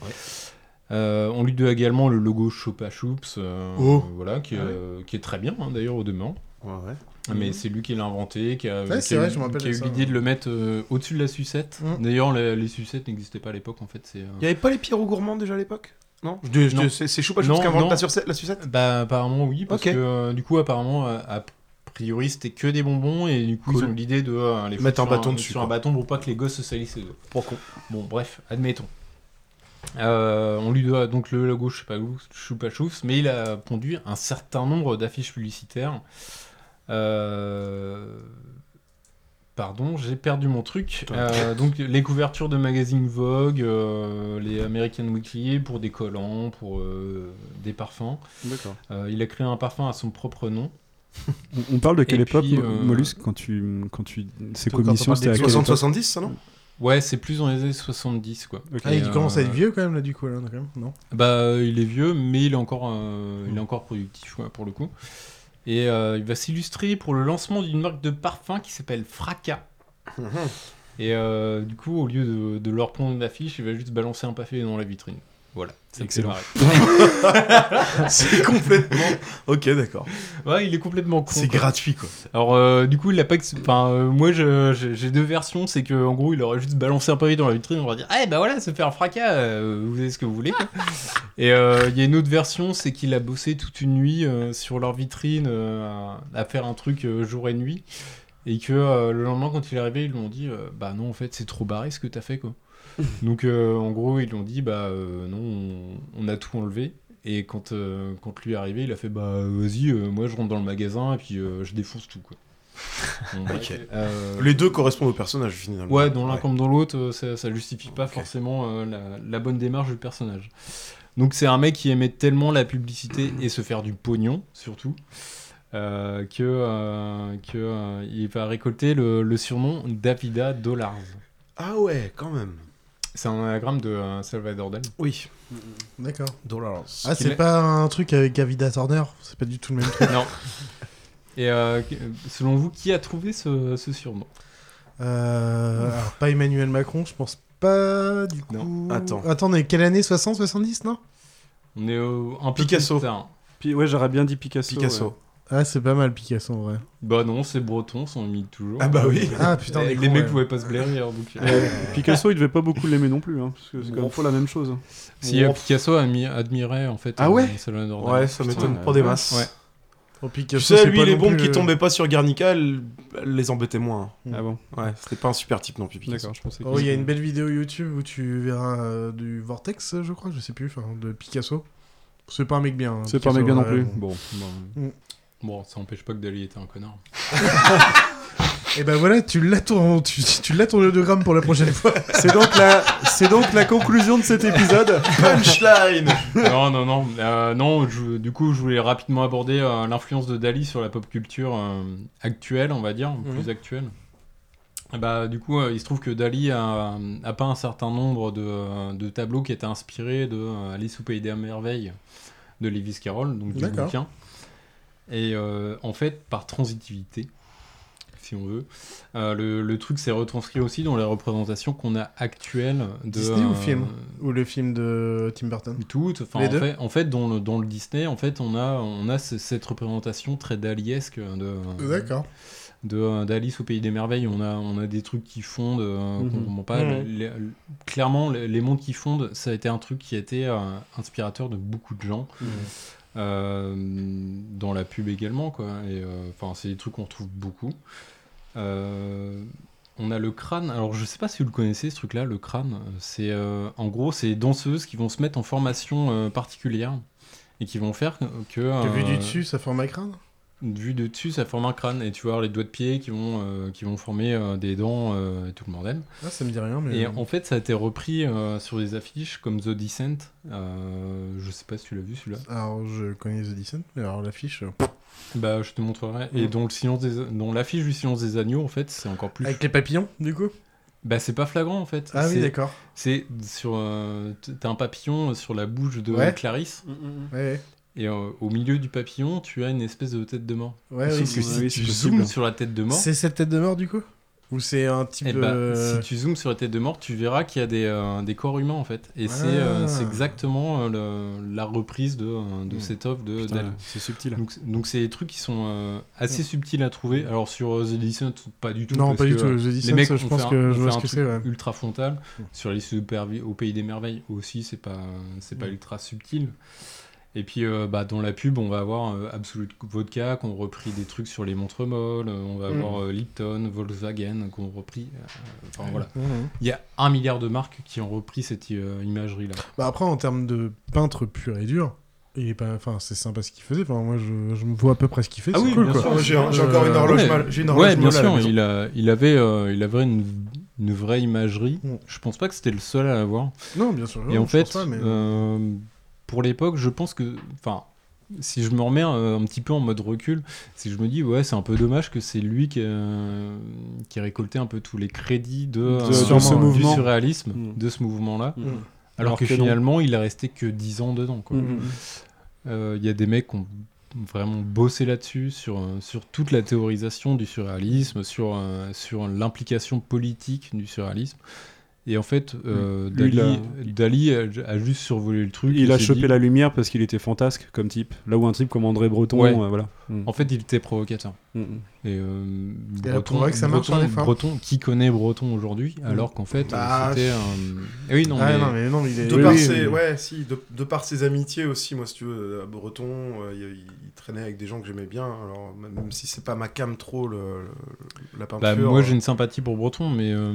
[SPEAKER 4] Euh, on lui doit également le logo Chopa Choups, euh,
[SPEAKER 6] Oh.
[SPEAKER 4] voilà, qui, est,
[SPEAKER 3] Ah ouais.
[SPEAKER 4] euh, qui est très bien hein, d'ailleurs au demeurant.
[SPEAKER 3] Ouais, ouais.
[SPEAKER 4] Mais c'est lui qui l'a inventé, qui a,
[SPEAKER 6] Mmh. Ouais,
[SPEAKER 4] qui
[SPEAKER 6] c'est
[SPEAKER 4] a
[SPEAKER 6] vrai,
[SPEAKER 4] eu,
[SPEAKER 6] je me rappelle
[SPEAKER 4] qui a
[SPEAKER 6] de
[SPEAKER 4] eu
[SPEAKER 6] ça,
[SPEAKER 4] l'idée de le mettre euh, au-dessus de la sucette.
[SPEAKER 6] Mm.
[SPEAKER 4] D'ailleurs, les, les sucettes n'existaient pas à l'époque en fait. C'est, euh,
[SPEAKER 3] Il n'y avait pas les Pierrot gourmands déjà à l'époque Non, je
[SPEAKER 4] Non.
[SPEAKER 3] C'est c'est Choupa
[SPEAKER 4] Non,
[SPEAKER 3] Choups qui invente
[SPEAKER 4] non.
[SPEAKER 3] la, surcette- la sucette
[SPEAKER 4] Bah apparemment oui, parce
[SPEAKER 3] Ok.
[SPEAKER 4] que euh, du coup apparemment euh, a priori c'était que des bonbons et du coup
[SPEAKER 3] Cool.
[SPEAKER 4] ils ont eu l'idée de euh, les foutre
[SPEAKER 3] Mettre un
[SPEAKER 4] sur
[SPEAKER 3] bâton dessus,
[SPEAKER 4] sur un
[SPEAKER 3] quoi.
[SPEAKER 4] bâton pour pas que les gosses se salissent les doigts. Bon bref, admettons. Euh, on lui doit donc le logo Choupa Choupa Choups, mais il a pondu un certain nombre d'affiches publicitaires. Euh, Pardon, j'ai perdu mon truc. Euh, donc les couvertures de magazines Vogue, euh, les American Weekly pour des collants, pour euh, des parfums.
[SPEAKER 5] D'accord.
[SPEAKER 4] Euh, il a créé un parfum à son propre nom.
[SPEAKER 5] On- On parle de quelle
[SPEAKER 4] Et
[SPEAKER 5] époque,
[SPEAKER 4] puis,
[SPEAKER 5] Mo-
[SPEAKER 4] euh,
[SPEAKER 5] Mollusque, quand tu. Quand tu ces
[SPEAKER 6] Quand on
[SPEAKER 5] commissions,
[SPEAKER 6] parle des
[SPEAKER 5] c'était à quelle époque
[SPEAKER 3] 60-70, ça non
[SPEAKER 4] Ouais, c'est plus dans les années 70, quoi.
[SPEAKER 5] Ok.
[SPEAKER 6] Ah, il
[SPEAKER 4] Et,
[SPEAKER 6] commence à être
[SPEAKER 4] euh,
[SPEAKER 6] vieux quand même là du coup là, quand même, non
[SPEAKER 4] Bah, euh, il est vieux, mais il est encore, euh,
[SPEAKER 6] Mm.
[SPEAKER 4] il est encore productif ouais, pour le coup. Et euh, il va s'illustrer pour le lancement d'une marque de parfum qui s'appelle Fracas. Et euh, du coup, au lieu de, de leur prendre une affiche, il va juste balancer un papier dans la vitrine. Voilà, ça me fait
[SPEAKER 5] Excellent.
[SPEAKER 4] marrer.
[SPEAKER 3] C'est complètement. Ok, d'accord.
[SPEAKER 4] Ouais, il est complètement con.
[SPEAKER 3] C'est
[SPEAKER 4] quoi.
[SPEAKER 3] gratuit quoi.
[SPEAKER 4] Alors, euh, du coup, il a pas. ex- Enfin, euh, moi, je- je- j'ai deux versions. C'est que, en gros, il aurait juste balancé un pavé dans la vitrine. On va dire, eh ben voilà, se faire un fracas. euh, vous avez ce que vous voulez. quoi. Et euh, il y a une autre version, c'est qu'il a bossé toute une nuit euh, sur leur vitrine euh, à faire un truc euh, jour et nuit. Et que euh, le lendemain, quand il est arrivé, ils lui ont dit, euh, bah non, en fait, c'est trop barré ce que t'as fait, quoi. Donc, euh, en gros, ils lui ont dit, bah euh, non, on- on a tout enlevé. Et quand, euh, quand lui est arrivé, il a fait bah vas-y, euh, moi je rentre dans le magasin et puis euh, je défonce tout quoi. Bon, bref.
[SPEAKER 3] Ok.
[SPEAKER 4] Euh,
[SPEAKER 3] Les deux correspondent au personnage finalement.
[SPEAKER 4] Ouais, dans l'un comme dans l'autre, euh, ça, ça justifie pas forcément euh, la, la bonne démarche du personnage. Donc c'est un mec qui aimait tellement la publicité et se faire du pognon surtout. euh, que euh, que euh, il va récolter le, le surnom Davida Dollars.
[SPEAKER 3] Ah ouais, quand même.
[SPEAKER 4] C'est un anagramme de euh, Salvador Dali.
[SPEAKER 3] Oui.
[SPEAKER 6] D'accord.
[SPEAKER 3] Dollars.
[SPEAKER 6] Ah,
[SPEAKER 4] qui
[SPEAKER 6] c'est
[SPEAKER 4] met-
[SPEAKER 6] pas un truc avec Avida Turner C'est pas du tout le même truc.
[SPEAKER 4] Non. Et euh, selon vous, qui a trouvé ce, ce surnom
[SPEAKER 6] Euh, alors, pas Emmanuel Macron, je pense pas du coup.
[SPEAKER 3] Non, attends.
[SPEAKER 6] Attendez, quelle année 60, 70, non
[SPEAKER 4] On est au- un peu
[SPEAKER 3] Picasso.
[SPEAKER 4] plus tard.
[SPEAKER 5] Puis, ouais, j'aurais bien dit Picasso. ouais.
[SPEAKER 3] Picasso.
[SPEAKER 6] Ah, c'est pas mal Picasso en vrai.
[SPEAKER 4] Bah non, c'est breton, ça on imite toujours.
[SPEAKER 3] Ah bah oui.
[SPEAKER 6] Ah putain,
[SPEAKER 4] les
[SPEAKER 6] on est
[SPEAKER 4] les
[SPEAKER 6] con,
[SPEAKER 4] mecs
[SPEAKER 6] ouais.
[SPEAKER 4] pouvaient pas se blairer. hein, donc, euh.
[SPEAKER 5] Picasso, il devait pas beaucoup l'aimer non plus, hein, parce que c'est quand même pas la même chose.
[SPEAKER 4] Si euh, Picasso ami- admirait en fait.
[SPEAKER 3] Ah
[SPEAKER 4] euh,
[SPEAKER 3] ouais
[SPEAKER 4] Salvador Dali.
[SPEAKER 3] Ouais, ça
[SPEAKER 4] Putain,
[SPEAKER 3] m'étonne
[SPEAKER 4] euh,
[SPEAKER 3] pas des masses.
[SPEAKER 4] Ouais.
[SPEAKER 6] Oh,
[SPEAKER 3] Tu
[SPEAKER 6] Picasso,
[SPEAKER 3] sais,
[SPEAKER 6] c'est
[SPEAKER 3] lui,
[SPEAKER 6] pas
[SPEAKER 3] les
[SPEAKER 6] non
[SPEAKER 3] bombes
[SPEAKER 6] plus,
[SPEAKER 3] qui
[SPEAKER 6] euh,
[SPEAKER 3] tombaient pas sur Guernica, elles, elles les embêtaient moins. hein.
[SPEAKER 5] Ah bon
[SPEAKER 3] Ouais, c'était pas un super type non plus. Picasso.
[SPEAKER 4] D'accord, je pensais que
[SPEAKER 6] Oh, il y a une belle vidéo YouTube où tu verras euh, du Vortex, je crois, je sais plus, enfin, de Picasso. C'est pas un mec bien. hein,
[SPEAKER 5] C'est pas un mec bien
[SPEAKER 6] Picasso,
[SPEAKER 5] non
[SPEAKER 6] ouais,
[SPEAKER 5] plus.
[SPEAKER 6] bon.
[SPEAKER 4] Bon, bah,
[SPEAKER 6] Mm.
[SPEAKER 4] bon, ça empêche pas que Dali était un connard.
[SPEAKER 6] Et ben voilà, tu l'as ton, tu, tu l'as ton hologramme pour la prochaine fois.
[SPEAKER 5] C'est donc, la... c'est donc la conclusion de cet épisode.
[SPEAKER 3] Punchline
[SPEAKER 4] non, non, non. euh, non je- du coup, je voulais rapidement aborder euh, l'influence de Dali sur la pop culture euh, actuelle, on va dire, plus actuelle. Et bah, du coup, euh, il se trouve que Dali a, a peint un certain nombre de, euh, de tableaux qui étaient inspirés de euh, Alice au Pays des Merveilles de Lewis Carroll, donc du
[SPEAKER 6] D'accord.
[SPEAKER 4] bouquin. Et euh, en fait, par transitivité, si on veut, euh, le, le truc s'est retranscrit aussi dans les représentations qu'on a actuelles de.
[SPEAKER 6] Disney ou
[SPEAKER 4] euh,
[SPEAKER 6] film Ou le film de Tim Burton.
[SPEAKER 4] tout, enfin,
[SPEAKER 6] Les
[SPEAKER 4] en,
[SPEAKER 6] deux
[SPEAKER 4] fait, en fait, dans le, dans le Disney, en fait, on a, on a ce- cette représentation très daliesque de,
[SPEAKER 6] D'accord.
[SPEAKER 4] de euh, d'Alice au pays des merveilles. On a, on a des trucs qui fondent, euh, qu'on
[SPEAKER 5] Mhm.
[SPEAKER 4] comprend pas.
[SPEAKER 6] Mhm.
[SPEAKER 4] Les- les- clairement, les, les mondes qui fondent, ça a été un truc qui a été euh, inspirateur de beaucoup de gens. Euh, dans la pub également, quoi. Et euh, enfin, c'est des trucs qu'on retrouve beaucoup. Euh, on a le crâne. Alors, je sais pas si vous le connaissez, ce truc-là, le crâne. C'est euh, en gros, c'est des danseuses qui vont se mettre en formation euh, particulière et qui vont faire que.
[SPEAKER 6] T'as
[SPEAKER 3] Ah.
[SPEAKER 6] vu
[SPEAKER 4] euh,
[SPEAKER 6] du dessus, ça forme un crâne
[SPEAKER 4] vu de dessus, ça forme un crâne. Et tu vas avoir les doigts de pied qui vont, euh, qui vont former euh, des dents euh, et tout le bordel.
[SPEAKER 6] Ah, ça me dit rien, mais.
[SPEAKER 4] Et en fait, ça a été repris euh, sur des affiches comme The Descent. Euh, je sais pas si tu l'as vu celui-là.
[SPEAKER 6] Alors, je connais The Descent, mais alors l'affiche. euh,
[SPEAKER 4] Bah, je te montrerai.
[SPEAKER 6] Mmh.
[SPEAKER 4] Et dans le silence des, dans l'affiche du silence des agneaux, en fait, c'est encore plus.
[SPEAKER 6] Avec les papillons, du coup
[SPEAKER 4] Bah, c'est pas flagrant en fait.
[SPEAKER 6] Ah oui,
[SPEAKER 4] C'est-
[SPEAKER 6] d'accord.
[SPEAKER 4] C'est sur, euh, t- t'as un papillon sur la bouche de
[SPEAKER 6] Ouais.
[SPEAKER 4] Clarisse,
[SPEAKER 6] Ouais,
[SPEAKER 4] et euh, au milieu du papillon, tu as une espèce de tête de mort.
[SPEAKER 6] ouais. ouais oui,
[SPEAKER 5] Sauf que
[SPEAKER 6] c'est-
[SPEAKER 5] si
[SPEAKER 4] Si
[SPEAKER 5] Oui,
[SPEAKER 4] tu
[SPEAKER 5] c'est possible.
[SPEAKER 4] zoomes sur la tête de mort,
[SPEAKER 6] C'est cette tête de mort, du coup Ou c'est un type
[SPEAKER 4] eh
[SPEAKER 6] de.
[SPEAKER 4] bah, si tu zoomes sur la tête de mort, tu verras qu'il y a des, euh, des corps humains en fait. Et c'est, euh,
[SPEAKER 6] Ah.
[SPEAKER 4] c'est exactement euh, le- la reprise de, euh, de
[SPEAKER 6] Hmm.
[SPEAKER 5] Mm.
[SPEAKER 4] cette œuvre de
[SPEAKER 5] Putain,
[SPEAKER 4] d'Ali.
[SPEAKER 5] c'est subtil.
[SPEAKER 4] Donc, c'est- donc c'est des trucs qui sont euh, assez subtils à trouver. Alors sur euh, The Descent, pas du tout.
[SPEAKER 6] Hmm. Non,
[SPEAKER 4] parce
[SPEAKER 6] pas du
[SPEAKER 4] que,
[SPEAKER 6] tout.
[SPEAKER 4] euh,
[SPEAKER 6] Je dis
[SPEAKER 4] les mecs
[SPEAKER 6] ça, je
[SPEAKER 4] ont
[SPEAKER 6] pense
[SPEAKER 4] fait un-
[SPEAKER 6] que
[SPEAKER 4] ont
[SPEAKER 6] je
[SPEAKER 4] fait
[SPEAKER 6] vois ce
[SPEAKER 4] un
[SPEAKER 6] que
[SPEAKER 4] truc
[SPEAKER 6] c'est, ouais.
[SPEAKER 4] ultra frontal
[SPEAKER 6] Mm.
[SPEAKER 4] sur les supervi- au pays des merveilles aussi c'est pas c'est pas
[SPEAKER 6] Mm.
[SPEAKER 4] ultra subtil et puis euh, bah, dans la pub on va avoir euh, Absolute Vodka qu'on repris des trucs sur les montres molles euh, on va
[SPEAKER 6] Mm.
[SPEAKER 4] avoir euh, Lipton Volkswagen qu'on repris euh, enfin voilà
[SPEAKER 6] Mhm.
[SPEAKER 4] il y a un milliard de marques qui ont repris cette euh, imagerie là
[SPEAKER 6] Bah, après, en termes de peintre pur et dur, il est pas... enfin, c'est sympa ce qu'il faisait. Enfin, moi, je... je me vois à peu près ce qu'il fait.
[SPEAKER 4] Ah
[SPEAKER 6] c'est
[SPEAKER 4] oui,
[SPEAKER 6] cool,
[SPEAKER 4] bien
[SPEAKER 6] quoi.
[SPEAKER 4] sûr.
[SPEAKER 3] J'ai j'ai encore une
[SPEAKER 6] Euh,
[SPEAKER 3] horloge
[SPEAKER 4] ouais.
[SPEAKER 3] mal. J'ai une horloge
[SPEAKER 4] ouais bien
[SPEAKER 3] mal à la
[SPEAKER 4] sûr
[SPEAKER 3] maison.
[SPEAKER 4] il a il avait euh, il avait une une vraie imagerie
[SPEAKER 6] Mm.
[SPEAKER 4] je pense pas que c'était le seul à l'avoir
[SPEAKER 6] Non, bien sûr. non,
[SPEAKER 4] Et en
[SPEAKER 6] je pense
[SPEAKER 4] fait,
[SPEAKER 6] pas, mais-
[SPEAKER 4] euh, pour l'époque, je pense que. Enfin, si je me remets euh, un, petit peu en mode recul, c'est que je me dis, ouais, c'est un peu dommage que c'est lui qui, euh, qui a récolté un peu tous les crédits de, euh,
[SPEAKER 5] De- de ce
[SPEAKER 4] du
[SPEAKER 5] mouvement.
[SPEAKER 4] surréalisme,
[SPEAKER 5] Mm.
[SPEAKER 4] de ce mouvement-là.
[SPEAKER 5] Mm.
[SPEAKER 4] Alors,
[SPEAKER 7] Alors
[SPEAKER 4] que,
[SPEAKER 7] que non. Mm.
[SPEAKER 4] finalement, il a resté que 10 ans dedans. quoi. Euh, Il y a des mecs qui ont vraiment bossé là-dessus, sur, euh, sur toute la théorisation du surréalisme, sur, euh, sur l'implication politique du surréalisme. Et en fait, euh,
[SPEAKER 5] Lui, il
[SPEAKER 4] Dali, Dali a, a juste survolé le truc.
[SPEAKER 7] Il a
[SPEAKER 4] s'est
[SPEAKER 7] chopé
[SPEAKER 4] dit-
[SPEAKER 7] la lumière parce qu'il était fantasque comme type. Là où un type comme André Breton,
[SPEAKER 4] Ouais.
[SPEAKER 7] euh, voilà. Mm.
[SPEAKER 4] En fait, il était provocateur.
[SPEAKER 7] Mm, mm.
[SPEAKER 4] Et, euh,
[SPEAKER 6] Et là, pour vrai que ça marche,
[SPEAKER 4] Breton,
[SPEAKER 6] hein, des fois.
[SPEAKER 4] Breton- qui connaît Breton aujourd'hui, alors qu'en fait,
[SPEAKER 6] Bah,
[SPEAKER 4] euh, c'était un. Eh oui, non,
[SPEAKER 6] Ah,
[SPEAKER 4] mais-
[SPEAKER 6] non, mais non, mais il est.
[SPEAKER 3] De
[SPEAKER 7] Oui,
[SPEAKER 3] par
[SPEAKER 7] oui,
[SPEAKER 3] ses,
[SPEAKER 7] oui.
[SPEAKER 3] ouais, si, de, de par ses amitiés aussi, moi, si tu veux, à Breton, euh, il, il traînait avec des gens que j'aimais bien. Alors, même si c'est pas ma cam trop le, le- la
[SPEAKER 4] Bah,
[SPEAKER 3] peinture. euh,
[SPEAKER 4] moi, j'ai une sympathie pour Breton, mais euh,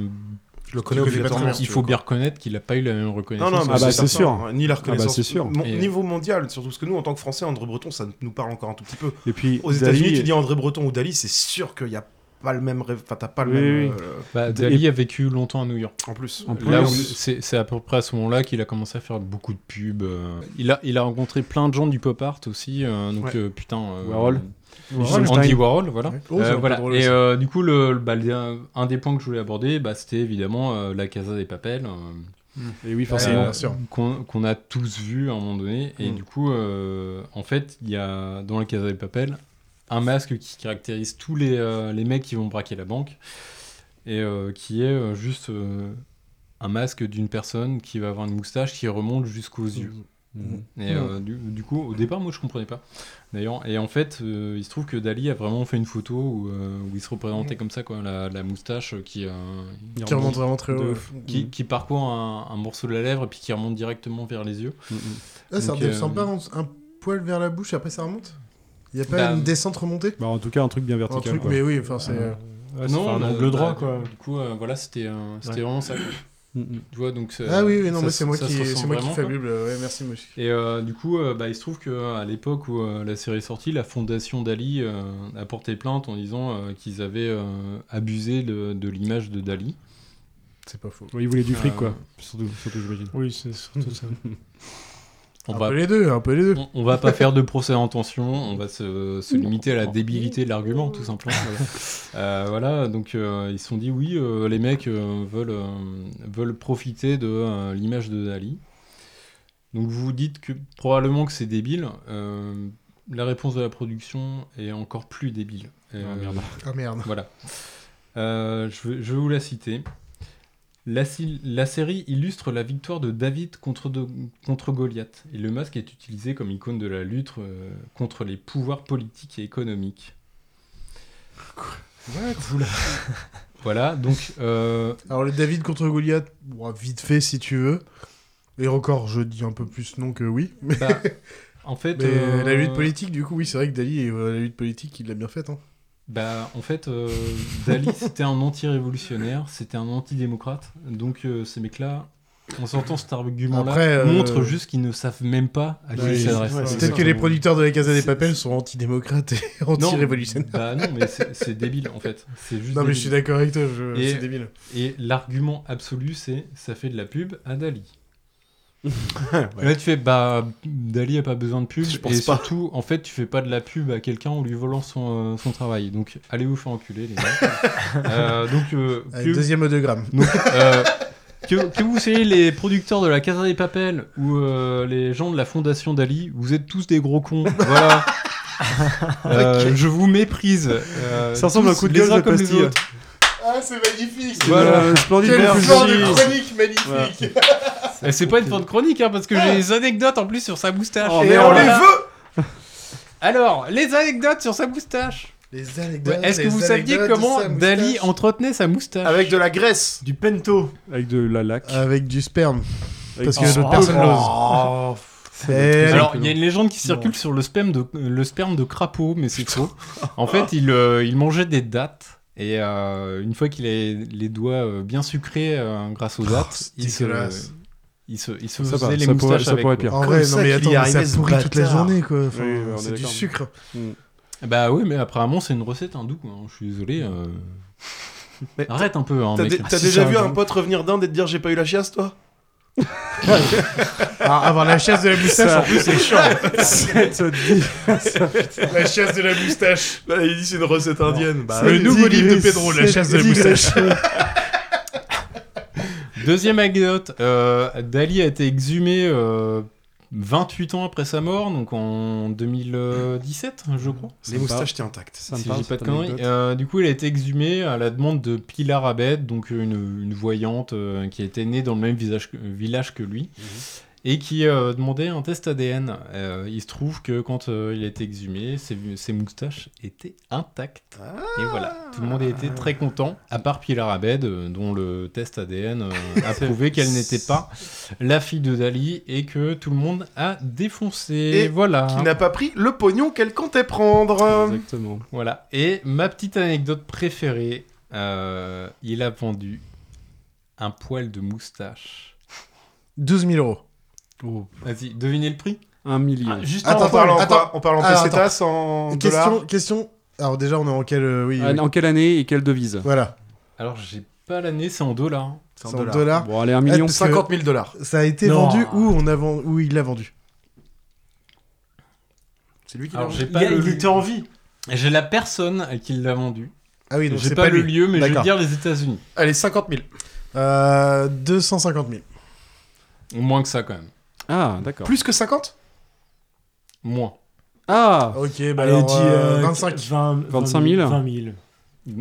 [SPEAKER 3] je le connais
[SPEAKER 6] tu euh, connais pas
[SPEAKER 3] obligatoirement.
[SPEAKER 6] très
[SPEAKER 4] il
[SPEAKER 3] si tu
[SPEAKER 4] faut
[SPEAKER 3] veux,
[SPEAKER 4] bien reconnaître qu'il n'a pas eu la même reconnaissance.
[SPEAKER 3] Non, non,
[SPEAKER 4] aussi.
[SPEAKER 3] mais
[SPEAKER 7] Ah bah,
[SPEAKER 3] certain,
[SPEAKER 7] c'est sûr.
[SPEAKER 3] hein, Ni la reconnaissance.
[SPEAKER 7] c'est sûr.
[SPEAKER 3] mon-
[SPEAKER 4] Et-
[SPEAKER 3] Niveau mondial, surtout parce que nous, en tant que Français, André Breton, ça nous parle encore un tout petit peu.
[SPEAKER 7] Et puis,
[SPEAKER 3] Aux
[SPEAKER 7] Dali-
[SPEAKER 3] États-Unis, tu dis André Breton ou Dali, c'est sûr qu'il n'y a pas le même rêve. Enfin, t'as pas le
[SPEAKER 7] Oui,
[SPEAKER 3] même.
[SPEAKER 7] oui.
[SPEAKER 3] euh,
[SPEAKER 4] Bah, Dali a vécu longtemps à New York.
[SPEAKER 3] en plus.
[SPEAKER 7] En plus.
[SPEAKER 4] Là où-
[SPEAKER 7] Oui.
[SPEAKER 4] c'est c'est à peu près à ce moment-là qu'il a commencé à faire beaucoup de pubs. euh. Il, a, il a rencontré plein de gens du pop art aussi. euh, donc,
[SPEAKER 3] Ouais.
[SPEAKER 4] euh, putain. euh,
[SPEAKER 7] Warhol.
[SPEAKER 4] Justement,
[SPEAKER 7] Einstein.
[SPEAKER 4] Andy Warhol, voilà.
[SPEAKER 6] Ouais. Oh, c'est
[SPEAKER 4] Euh,
[SPEAKER 6] un peu
[SPEAKER 4] voilà.
[SPEAKER 6] drôle
[SPEAKER 4] Et
[SPEAKER 6] aussi.
[SPEAKER 4] euh, du coup, le, le- bah, le- un des points que je voulais aborder, bah, c'était évidemment euh, la Casa des Papels, euh,
[SPEAKER 7] Et oui, forcément.
[SPEAKER 4] euh, qu'on qu'on a tous vu à un moment donné. Et
[SPEAKER 3] Mm.
[SPEAKER 4] du coup, euh, en fait, il y a dans la Casa des Papels un masque qui caractérise tous les, euh, les mecs qui vont braquer la banque et euh, qui est euh, juste euh, un masque d'une personne qui va avoir une moustache qui remonte jusqu'aux yeux.
[SPEAKER 7] Mm.
[SPEAKER 4] Et euh, du, du coup, au départ, moi, je comprenais pas. D'ailleurs, et en fait, euh, il se trouve que Dali a vraiment fait une photo où, euh, où il se
[SPEAKER 7] Mm.
[SPEAKER 4] représentait comme ça, quoi, la, la moustache qui, euh,
[SPEAKER 7] Il
[SPEAKER 6] Qui remonte vraiment très
[SPEAKER 7] de-
[SPEAKER 6] haut.
[SPEAKER 4] qui, qui parcourt un, un morceau de la lèvre et puis qui remonte directement vers les yeux.
[SPEAKER 7] Mm, mm.
[SPEAKER 6] Ah, ça
[SPEAKER 4] Donc,
[SPEAKER 6] redescend
[SPEAKER 4] euh,
[SPEAKER 6] pas un, un poil vers la bouche, après ça remonte Il n'y a pas
[SPEAKER 4] Bah, Ah.
[SPEAKER 6] une descente remontée
[SPEAKER 7] Bah, en tout cas, un truc bien
[SPEAKER 6] Un
[SPEAKER 7] vertical.
[SPEAKER 6] truc,
[SPEAKER 7] quoi.
[SPEAKER 6] mais oui, enfin c'est. euh,
[SPEAKER 7] Ouais, c'est pas un
[SPEAKER 4] bah,
[SPEAKER 7] angle droit,
[SPEAKER 4] bah,
[SPEAKER 7] quoi.
[SPEAKER 4] Du coup, euh, voilà, c'était euh, c'était
[SPEAKER 7] Ouais.
[SPEAKER 4] vraiment ça. quoi.
[SPEAKER 7] Mm, mm.
[SPEAKER 4] Tu vois, donc, c'est-
[SPEAKER 6] Ah oui, oui, non,
[SPEAKER 4] euh, ça
[SPEAKER 6] mais
[SPEAKER 4] se-
[SPEAKER 6] c'est moi
[SPEAKER 4] ça
[SPEAKER 6] qui,
[SPEAKER 4] se ressemble
[SPEAKER 6] c'est moi qui
[SPEAKER 4] vraiment, quoi.
[SPEAKER 6] fabule. euh, Ouais, merci, Moshi.
[SPEAKER 4] Et euh, du coup, euh, bah, il se trouve qu'à l'époque où euh, la série est sortie, la fondation Dali euh, a porté plainte en disant euh, qu'ils avaient euh, abusé de, de l'image de Dali.
[SPEAKER 6] C'est pas faux.
[SPEAKER 7] Ouais, il voulait du fric,
[SPEAKER 4] Euh,
[SPEAKER 7] quoi. Surtout, surtout j'imagine.
[SPEAKER 5] Oui, c'est surtout ça.
[SPEAKER 4] On
[SPEAKER 6] un
[SPEAKER 4] va,
[SPEAKER 6] peu les deux, un peu les deux.
[SPEAKER 4] on, on va pas faire de procès en tension, on va se, se limiter à la débilité de l'argument, tout simplement. Voilà, Euh, voilà, donc euh, ils se sont dit oui, euh, les mecs euh, veulent, euh, veulent profiter de euh, l'image de Dali. Donc vous vous dites que probablement que c'est débile. euh, la réponse de la production est encore plus débile. Euh,
[SPEAKER 7] merde.
[SPEAKER 6] Ah merde.
[SPEAKER 4] Voilà. Euh, je, vais, je vais vous la citer. La, si- la série illustre la victoire de David contre, de- contre Goliath, et le masque est utilisé comme icône de la lutte euh, contre les pouvoirs politiques et économiques. Oula. voilà, donc euh,
[SPEAKER 6] Alors le David contre Goliath, bon, vite fait si tu veux. Et encore, je dis un peu plus non que oui. Mais,
[SPEAKER 4] bah, en fait,
[SPEAKER 6] mais
[SPEAKER 4] euh,
[SPEAKER 6] la lutte politique, du coup, oui, c'est vrai que Dali, euh, la lutte politique, il l'a bien faite. Hein.
[SPEAKER 4] Bah, en fait, euh, Dali, c'était un anti-révolutionnaire, c'était un antidémocrate. Donc, euh, ces mecs-là, en sortant cet argument-là,
[SPEAKER 6] Après, euh,
[SPEAKER 4] montrent juste qu'ils ne savent même pas à qui
[SPEAKER 6] Ouais,
[SPEAKER 4] ils
[SPEAKER 6] c'est-
[SPEAKER 4] s'adressent.
[SPEAKER 5] ouais, c'est
[SPEAKER 6] Peut-être que les producteurs de la Casa des
[SPEAKER 4] C'est-
[SPEAKER 6] Papels sont antidémocrates et
[SPEAKER 4] Non,
[SPEAKER 6] anti-révolutionnaires.
[SPEAKER 4] Bah non, mais c'est c'est débile, en fait. C'est juste
[SPEAKER 6] Non, mais
[SPEAKER 4] débile.
[SPEAKER 6] je suis d'accord avec toi, je-
[SPEAKER 4] Et-
[SPEAKER 6] c'est débile.
[SPEAKER 4] Et l'argument absolu, c'est ça fait de la pub à Dali. Là, tu fais bah Dali a pas besoin de pub.
[SPEAKER 3] Je pense
[SPEAKER 4] et
[SPEAKER 3] pas.
[SPEAKER 4] surtout, en fait, tu fais pas de la pub à quelqu'un en lui volant son, euh, son travail. Donc, allez vous faire enculer, les gars. Euh, donc, euh,
[SPEAKER 6] Avec
[SPEAKER 4] pub,
[SPEAKER 6] deuxième odogramme.
[SPEAKER 4] Donc, euh, que, que vous soyez les producteurs de la Casa des Papels ou euh, les gens de la Fondation Dali, vous êtes tous des gros cons. Voilà. Euh, Je vous méprise. euh,
[SPEAKER 7] Ça ressemble à un
[SPEAKER 4] tous,
[SPEAKER 7] coup de
[SPEAKER 4] les
[SPEAKER 7] gueule
[SPEAKER 4] uns
[SPEAKER 7] de
[SPEAKER 4] comme les
[SPEAKER 7] pastille.
[SPEAKER 4] autres.
[SPEAKER 6] Ah, c'est magnifique
[SPEAKER 4] Voilà.
[SPEAKER 7] Euh, Splendide
[SPEAKER 6] Quel
[SPEAKER 7] conclusion.
[SPEAKER 6] genre de chronique magnifique
[SPEAKER 7] Voilà.
[SPEAKER 4] Et Eh, c'est pas une fin de chronique, hein, parce que j'ai des anecdotes en plus sur sa moustache.
[SPEAKER 7] Oh,
[SPEAKER 4] Et
[SPEAKER 7] merde.
[SPEAKER 4] Ah, on
[SPEAKER 7] les
[SPEAKER 4] les veut Alors, les anecdotes sur sa moustache.
[SPEAKER 6] Les anecdotes.
[SPEAKER 4] Est-ce que
[SPEAKER 6] les
[SPEAKER 4] vous saviez
[SPEAKER 6] anecdotes de
[SPEAKER 4] comment
[SPEAKER 6] sa moustache.
[SPEAKER 4] Dali entretenait sa moustache
[SPEAKER 3] Avec de la graisse.
[SPEAKER 7] Du pento. Avec de la laque.
[SPEAKER 6] Avec du sperme.
[SPEAKER 7] Avec-
[SPEAKER 6] Euh, Parce que
[SPEAKER 7] Oh.
[SPEAKER 6] d'autres personnes l'osent.
[SPEAKER 3] Oh,
[SPEAKER 6] Et-
[SPEAKER 4] Ah, Alors, il y a une légende qui circule sur le sperme de, le sperme de crapaud, mais c'est faux. En fait, il, euh, il mangeait des dattes. Et euh, une fois qu'il a les doigts euh, bien sucrés euh, grâce aux dattes,
[SPEAKER 6] c'est
[SPEAKER 4] il, se,
[SPEAKER 6] dégueulasse.
[SPEAKER 4] il se, il se
[SPEAKER 7] Ça
[SPEAKER 4] faisait
[SPEAKER 7] va,
[SPEAKER 4] les
[SPEAKER 7] ça pourrait-
[SPEAKER 4] moustaches
[SPEAKER 7] ça
[SPEAKER 4] avec.
[SPEAKER 7] pourrait
[SPEAKER 4] quoi.
[SPEAKER 7] pire.
[SPEAKER 6] En
[SPEAKER 3] Comme
[SPEAKER 6] vrai,
[SPEAKER 3] ça
[SPEAKER 6] non, mais
[SPEAKER 3] qu'il
[SPEAKER 6] attends,
[SPEAKER 3] y
[SPEAKER 6] mais
[SPEAKER 3] arrivait,
[SPEAKER 6] ça
[SPEAKER 3] ce
[SPEAKER 6] pourrit toute la
[SPEAKER 3] bâtard.
[SPEAKER 6] journée, quoi. Enfin,
[SPEAKER 7] Oui, oui, on est
[SPEAKER 6] c'est du
[SPEAKER 7] d'accord.
[SPEAKER 6] sucre.
[SPEAKER 4] Bah oui, mais apparemment, c'est une recette hindoue. hein. Je suis désolé. euh.
[SPEAKER 3] Mais
[SPEAKER 4] Arrête un peu, hein,
[SPEAKER 3] T'as
[SPEAKER 4] mec.
[SPEAKER 3] dé- t'as déjà vu un pote revenir d'Inde et te dire j'ai pas eu la chiasse, toi
[SPEAKER 6] Alors, avoir la chasse de la moustache,
[SPEAKER 7] Ça-
[SPEAKER 6] en plus, c'est chiant.
[SPEAKER 7] Cette- cette-
[SPEAKER 6] la chasse de la moustache.
[SPEAKER 3] Bah, il dit c'est une recette indienne. Bah,
[SPEAKER 6] le
[SPEAKER 3] oui.
[SPEAKER 6] nouveau livre de Pedro, la chasse de la moustache.
[SPEAKER 4] Deuxième anecdote, euh, Dali a été exhumé euh, 28 ans après sa mort, donc en 2017, je crois.
[SPEAKER 3] Les moustaches étaient intactes.
[SPEAKER 7] Ça me
[SPEAKER 4] si
[SPEAKER 7] parle,
[SPEAKER 4] je dis pas de
[SPEAKER 7] cette
[SPEAKER 4] conneries.
[SPEAKER 7] anecdote.
[SPEAKER 4] Euh, du coup, il a été exhumé à la demande de Pilar Abed, donc euh, une, une voyante euh, qui était née dans le même visage que- village que lui,
[SPEAKER 7] Mhm.
[SPEAKER 4] et qui euh, demandait un test ADN. Euh, il se trouve que quand euh, il a été exhumé, ses, ses moustaches étaient intactes.
[SPEAKER 7] Ah.
[SPEAKER 4] et voilà, tout le monde était très content, à part Pilar Abed, euh, dont le test ADN euh, a prouvé qu'elle n'était pas la fille de Dali, et que tout le monde a défoncé.
[SPEAKER 3] Et
[SPEAKER 4] voilà.
[SPEAKER 3] Qui n'a pas pris le pognon qu'elle comptait prendre.
[SPEAKER 7] Exactement.
[SPEAKER 4] Voilà. Et ma petite anecdote préférée, euh, il a vendu un poil de moustache.
[SPEAKER 6] 12 000 euros.
[SPEAKER 4] Vas-y, devinez le prix
[SPEAKER 7] Un
[SPEAKER 3] Ah,
[SPEAKER 7] million.
[SPEAKER 4] Juste
[SPEAKER 6] Attends,
[SPEAKER 3] on parle en,
[SPEAKER 6] attends.
[SPEAKER 3] quoi on parle en
[SPEAKER 6] Alors,
[SPEAKER 3] pesetas, en dollars.
[SPEAKER 6] Question, question. Alors, déjà, on est en quel. euh, oui.
[SPEAKER 7] Ah,
[SPEAKER 6] oui.
[SPEAKER 7] en quelle année et quelle devise
[SPEAKER 6] Voilà.
[SPEAKER 4] Alors, j'ai pas l'année, c'est en dollars.
[SPEAKER 3] C'est en
[SPEAKER 6] 100
[SPEAKER 3] dollars.
[SPEAKER 6] dollars.
[SPEAKER 7] Bon, allez, un million.
[SPEAKER 6] parce que-
[SPEAKER 3] 50 000 dollars.
[SPEAKER 6] Ça a été
[SPEAKER 4] Non.
[SPEAKER 6] vendu où, on a ven- où il l'a vendu
[SPEAKER 3] C'est lui qui l'a
[SPEAKER 4] Alors, j'ai
[SPEAKER 3] vendu.
[SPEAKER 4] pas le lieu.
[SPEAKER 5] vie.
[SPEAKER 4] J'ai la personne à qui il l'a vendu.
[SPEAKER 6] Ah oui, donc
[SPEAKER 4] J'ai
[SPEAKER 6] c'est
[SPEAKER 4] pas,
[SPEAKER 6] pas
[SPEAKER 4] le
[SPEAKER 6] lui.
[SPEAKER 4] lieu, mais je vais
[SPEAKER 6] D'accord.
[SPEAKER 4] dire les États-Unis.
[SPEAKER 3] Allez, 50 000.
[SPEAKER 6] Euh, 250 000.
[SPEAKER 4] Moins que ça, quand même.
[SPEAKER 7] Ah, d'accord.
[SPEAKER 3] Plus que 50
[SPEAKER 4] Moins.
[SPEAKER 7] Ah
[SPEAKER 6] Ok, bah alors, euh, 25.
[SPEAKER 7] 25
[SPEAKER 8] 20
[SPEAKER 7] 000.
[SPEAKER 8] 000.
[SPEAKER 4] M-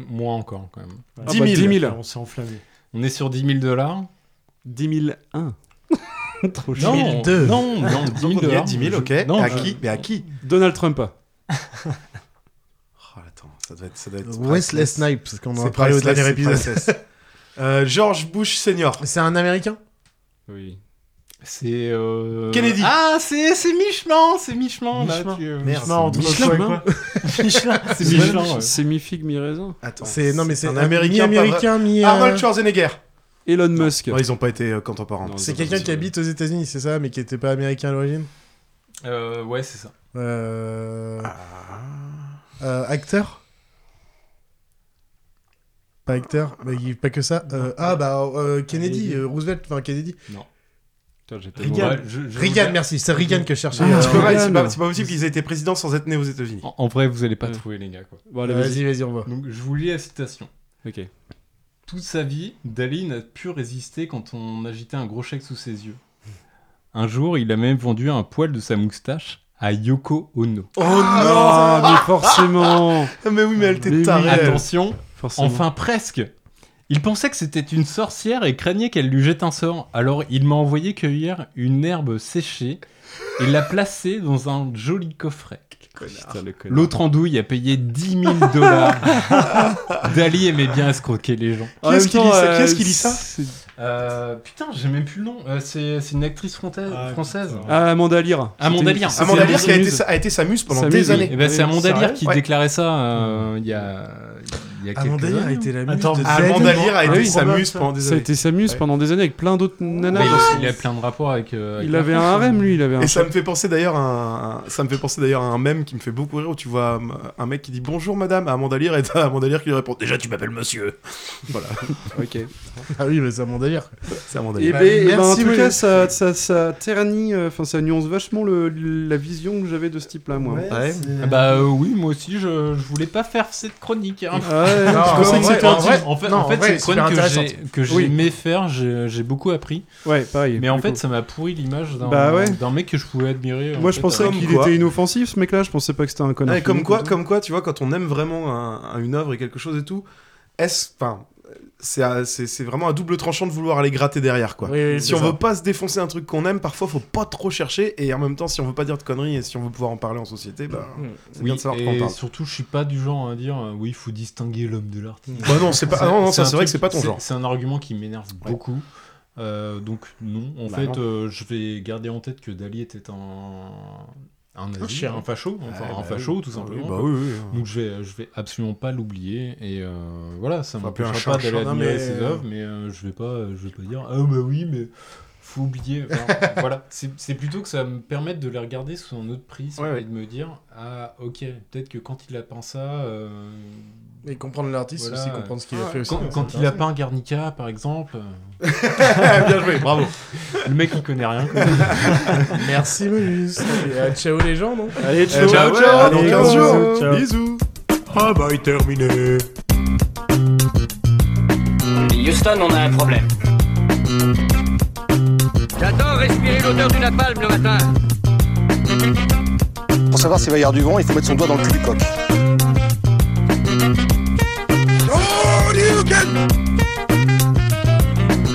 [SPEAKER 4] Moins encore, quand même.
[SPEAKER 8] Ah,
[SPEAKER 7] 10 000. 10 000.
[SPEAKER 8] On s'est enflammé.
[SPEAKER 4] On est sur 10 000 dollars
[SPEAKER 7] 10 001. Trop chiant.
[SPEAKER 4] Non,
[SPEAKER 6] 002.
[SPEAKER 4] non, non, 10 000
[SPEAKER 3] Donc, on y est,
[SPEAKER 4] dollars.
[SPEAKER 3] 10 000, ok.
[SPEAKER 4] Je- Non,
[SPEAKER 3] à
[SPEAKER 4] je-
[SPEAKER 3] qui Mais à qui
[SPEAKER 7] Donald Trump.
[SPEAKER 3] Oh, attends, ça doit être. Ça doit être
[SPEAKER 6] Wesley
[SPEAKER 3] priceless.
[SPEAKER 6] Snipes, parce qu'on en a
[SPEAKER 3] C'est
[SPEAKER 6] parlé au
[SPEAKER 3] priceless,
[SPEAKER 6] dernier
[SPEAKER 3] c'est
[SPEAKER 6] épisode.
[SPEAKER 3] priceless. Euh, George Bush Senior.
[SPEAKER 6] C'est un américain
[SPEAKER 4] Oui. C'est. euh,
[SPEAKER 3] Kennedy.
[SPEAKER 4] Ah, c'est c'est mi-chemin, c'est mi-chemin. là,
[SPEAKER 8] Mi-chemin.
[SPEAKER 4] tu, euh,
[SPEAKER 6] Merde.
[SPEAKER 8] Michelin entre
[SPEAKER 7] Michelin,
[SPEAKER 8] quoi et
[SPEAKER 7] hein.
[SPEAKER 8] quoi Michelin.
[SPEAKER 4] C'est mi-chemin. ouais.
[SPEAKER 7] C'est mi figue, mi raisin.
[SPEAKER 3] Attends.
[SPEAKER 6] C'est non mais c'est
[SPEAKER 3] un
[SPEAKER 6] un-
[SPEAKER 3] américain. pas vrai.
[SPEAKER 6] mi-américain, mi. euh,
[SPEAKER 3] Arnold Schwarzenegger.
[SPEAKER 7] Elon Musk.
[SPEAKER 3] Non, ils ont pas été euh, contemporains.
[SPEAKER 7] Non,
[SPEAKER 6] C'est
[SPEAKER 7] non,
[SPEAKER 6] quelqu'un
[SPEAKER 7] non,
[SPEAKER 6] qui habite aux États-Unis, c'est ça, mais qui était pas américain à l'origine.
[SPEAKER 4] Euh, ouais, c'est ça.
[SPEAKER 6] Euh... euh, acteur. Pas acteur, mais il- pas que ça. Euh, ah bah euh, Kennedy,
[SPEAKER 8] Kennedy.
[SPEAKER 6] euh, Roosevelt, enfin Kennedy.
[SPEAKER 7] Putain, j'ai tellement-
[SPEAKER 8] Reagan.
[SPEAKER 4] Ouais, je- je-
[SPEAKER 6] Reagan, merci, c'est Reagan que je cherchais.
[SPEAKER 7] Ah,
[SPEAKER 6] euh,
[SPEAKER 3] C'est pas vrai,
[SPEAKER 7] Reagan.
[SPEAKER 3] c'est pas, c'est pas possible qu'ils aient été présidents sans être nés aux États-Unis.
[SPEAKER 4] En, en vrai, vous allez pas
[SPEAKER 7] Ouais.
[SPEAKER 4] trouver, les gars. Quoi.
[SPEAKER 7] Bon, allez,
[SPEAKER 6] euh,
[SPEAKER 7] vas-y.
[SPEAKER 6] Vas-y, vas-y, on voit.
[SPEAKER 4] Donc, je vous lis la citation.
[SPEAKER 7] Ok.
[SPEAKER 4] Toute sa vie, Dali n'a pu résister quand on agitait un gros chèque sous ses yeux. Un jour, il a même vendu un poil de sa moustache à Yoko Ono.
[SPEAKER 3] Oh
[SPEAKER 7] Ah, mais forcément.
[SPEAKER 3] non Ah, Mais oui, mais elle
[SPEAKER 7] Mais
[SPEAKER 3] était
[SPEAKER 7] oui.
[SPEAKER 3] tarée. elle.
[SPEAKER 4] Attention,
[SPEAKER 7] forcément.
[SPEAKER 4] Enfin presque. Il pensait que c'était une sorcière et craignait qu'elle lui jette un sort. Alors il m'a envoyé cueillir une herbe séchée et l'a placée dans un joli coffret.
[SPEAKER 7] Putain, le connard.
[SPEAKER 4] L'autre andouille a payé 10 000 dollars. Dali aimait bien escroquer les gens.
[SPEAKER 7] En même
[SPEAKER 3] est-ce qui
[SPEAKER 7] temps,
[SPEAKER 3] lit ça
[SPEAKER 7] euh,
[SPEAKER 3] Qui est-ce qui lit ça
[SPEAKER 7] c'est-
[SPEAKER 4] Euh, putain, j'ai même plus le nom. Euh, c'est c'est une actrice française.
[SPEAKER 8] Ah,
[SPEAKER 4] française.
[SPEAKER 8] putain.
[SPEAKER 7] Ah, Amanda Lear.
[SPEAKER 4] Amanda
[SPEAKER 7] C'était-
[SPEAKER 4] Lear.
[SPEAKER 7] c'était
[SPEAKER 3] Amanda
[SPEAKER 7] une
[SPEAKER 3] Lear Ah, qui a été,
[SPEAKER 7] muse.
[SPEAKER 3] sa- a été sa muse pendant
[SPEAKER 7] Sa
[SPEAKER 3] des
[SPEAKER 7] muse,
[SPEAKER 3] années.
[SPEAKER 4] Eh ben, c'est
[SPEAKER 7] Oui,
[SPEAKER 4] Amanda
[SPEAKER 7] sérieux
[SPEAKER 4] Lear qui
[SPEAKER 3] Ouais.
[SPEAKER 4] déclarait ça euh, il y a, il y a quelques
[SPEAKER 6] Amanda Lear a
[SPEAKER 4] années.
[SPEAKER 6] été la muse
[SPEAKER 8] Attends,
[SPEAKER 6] de
[SPEAKER 8] Ah,
[SPEAKER 6] Zayn.
[SPEAKER 3] Amanda Lear a
[SPEAKER 7] Ah
[SPEAKER 3] été
[SPEAKER 7] oui,
[SPEAKER 3] sa
[SPEAKER 8] probable,
[SPEAKER 3] muse
[SPEAKER 8] ça.
[SPEAKER 3] pendant des
[SPEAKER 7] Ça a
[SPEAKER 3] années.
[SPEAKER 7] été Samus
[SPEAKER 3] Ouais.
[SPEAKER 7] pendant des années avec plein d'autres nanas.
[SPEAKER 4] Mais
[SPEAKER 7] dans son-
[SPEAKER 4] il a plein de rapports avec. euh, avec
[SPEAKER 7] Il
[SPEAKER 4] la
[SPEAKER 7] avait un
[SPEAKER 4] France, hein.
[SPEAKER 7] harem, lui. Il avait un.
[SPEAKER 3] Et ça me fait penser d'ailleurs à un... ça me fait penser d'ailleurs à un mème qui me fait beaucoup rire où tu vois um, un mec qui dit bonjour madame à Amanda Lear et t'as Amanda Lear qui lui répond déjà tu m'appelles monsieur. Voilà,
[SPEAKER 7] Ok.
[SPEAKER 6] Ah oui, mais c'est Amanda Lear.
[SPEAKER 3] c'est Amanda
[SPEAKER 7] Et
[SPEAKER 3] Lear.
[SPEAKER 7] ben, eh ben, en
[SPEAKER 6] Bah, merci,
[SPEAKER 7] tout
[SPEAKER 6] oui.
[SPEAKER 7] cas, ça, ça, ça ternit, euh, enfin, ça nuance vachement le, la vision que j'avais de ce type-là, moi.
[SPEAKER 6] Ouais.
[SPEAKER 4] Ah Bah euh, oui, moi aussi, je, je voulais pas faire cette chronique. hein.
[SPEAKER 7] Ah ouais,
[SPEAKER 6] Non,
[SPEAKER 7] je pensais
[SPEAKER 6] en
[SPEAKER 7] que
[SPEAKER 6] vrai,
[SPEAKER 7] c'était
[SPEAKER 6] en
[SPEAKER 7] un
[SPEAKER 6] vrai-
[SPEAKER 7] type.
[SPEAKER 4] En fait,
[SPEAKER 6] non,
[SPEAKER 4] en fait,
[SPEAKER 6] vrai,
[SPEAKER 4] cette
[SPEAKER 6] super
[SPEAKER 4] chronique que j'ai-
[SPEAKER 6] intéressante.
[SPEAKER 4] que
[SPEAKER 7] Oui.
[SPEAKER 4] j'aimais faire, j'ai j'ai beaucoup appris.
[SPEAKER 7] Ouais, pareil.
[SPEAKER 4] Mais en
[SPEAKER 7] du
[SPEAKER 4] fait,
[SPEAKER 7] coup.
[SPEAKER 4] ça m'a pourri l'image d'un
[SPEAKER 7] Bah ouais.
[SPEAKER 4] d'un mec que je pouvais admirer. en
[SPEAKER 7] moi, je
[SPEAKER 4] fait,
[SPEAKER 7] pensais
[SPEAKER 4] avec-
[SPEAKER 7] qu'il
[SPEAKER 3] quoi.
[SPEAKER 7] était inoffensif, ce mec-là. Je pensais pas que c'était un connard.
[SPEAKER 3] Ouais, Eh, comme quoi,
[SPEAKER 7] Tout.
[SPEAKER 3] comme quoi, tu vois, quand on aime vraiment un- un- une œuvre et quelque chose et tout, est-ce, enfin, c'est à- c'est c'est vraiment un double tranchant de vouloir aller gratter derrière, quoi.
[SPEAKER 6] Oui, oui,
[SPEAKER 3] si
[SPEAKER 6] c'est
[SPEAKER 3] on
[SPEAKER 6] ça.
[SPEAKER 3] veut pas se défoncer un truc qu'on aime, parfois faut pas trop chercher et en même temps, si on veut pas dire de conneries et si on veut pouvoir en parler en société, bah,
[SPEAKER 6] Hmm.
[SPEAKER 3] c'est
[SPEAKER 4] Oui,
[SPEAKER 3] bien de savoir de quoi on
[SPEAKER 4] et
[SPEAKER 3] parle.
[SPEAKER 4] surtout, je suis pas du genre à dire euh, oui, il faut distinguer l'homme de l'artiste.
[SPEAKER 3] Bah non, c'est pas, ah non, non, ça
[SPEAKER 4] un
[SPEAKER 3] c'est vrai
[SPEAKER 4] truc-
[SPEAKER 3] que c'est pas ton genre.
[SPEAKER 4] C'est un argument qui m'énerve beaucoup. Euh, donc non, en
[SPEAKER 3] Bah
[SPEAKER 4] fait,
[SPEAKER 3] non.
[SPEAKER 4] euh, je vais garder en tête que Dali était un un, nazi,
[SPEAKER 6] chien.
[SPEAKER 4] un facho, enfin
[SPEAKER 3] Ouais,
[SPEAKER 4] un
[SPEAKER 3] bah
[SPEAKER 4] facho tout
[SPEAKER 3] oui.
[SPEAKER 4] simplement.
[SPEAKER 3] Bah oui, oui, oui.
[SPEAKER 4] Donc je vais, je vais absolument pas l'oublier et euh, voilà, ça
[SPEAKER 3] Faut appeler un
[SPEAKER 4] m'empêchera
[SPEAKER 3] chat un
[SPEAKER 4] pas
[SPEAKER 3] chat,
[SPEAKER 4] d'aller
[SPEAKER 3] non,
[SPEAKER 4] admirer
[SPEAKER 3] mais-
[SPEAKER 4] euh, ses œuvres, mais euh, je vais pas, je vais pas dire ah bah oui mais faut oublier. enfin, voilà, c'est c'est plutôt que ça me permette de les regarder sous un autre prisme
[SPEAKER 3] Ouais, ouais.
[SPEAKER 4] et de me dire ah ok peut-être que quand il a peint ça, euh,
[SPEAKER 6] Et comprendre l'artiste,
[SPEAKER 4] Voilà.
[SPEAKER 6] aussi comprendre ce qu'il a fait aussi.
[SPEAKER 4] quand, quand il a peint Guernica par exemple, euh,
[SPEAKER 6] Bien joué.
[SPEAKER 4] bravo. Le mec il connaît rien. quoi.
[SPEAKER 6] Merci, Momus. Et, euh, ciao les gens, non
[SPEAKER 5] Allez, ciao,
[SPEAKER 3] ciao, ciao,
[SPEAKER 5] ciao,
[SPEAKER 3] à dans
[SPEAKER 5] allez,
[SPEAKER 3] 15 jours.
[SPEAKER 5] ciao, ciao.
[SPEAKER 3] Bisous.
[SPEAKER 8] Houston, on a un problème.
[SPEAKER 9] J'adore respirer l'odeur du napalm le matin.
[SPEAKER 10] Pour savoir s'il va y avoir du vent, il faut mettre son doigt dans le cul du coq.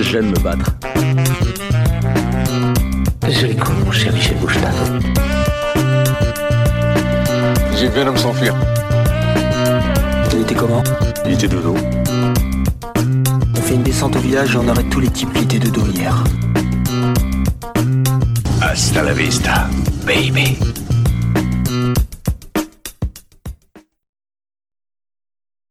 [SPEAKER 2] J'aime me battre.
[SPEAKER 9] Je l'écoute, mon cher Michel Bouchard.
[SPEAKER 10] J'ai vu un homme s'enfuir.
[SPEAKER 9] Il était comment
[SPEAKER 2] Il était de dos.
[SPEAKER 9] On fait une descente au village et on arrête tous les types qui étaient de dos hier.
[SPEAKER 2] Hasta la vista, baby.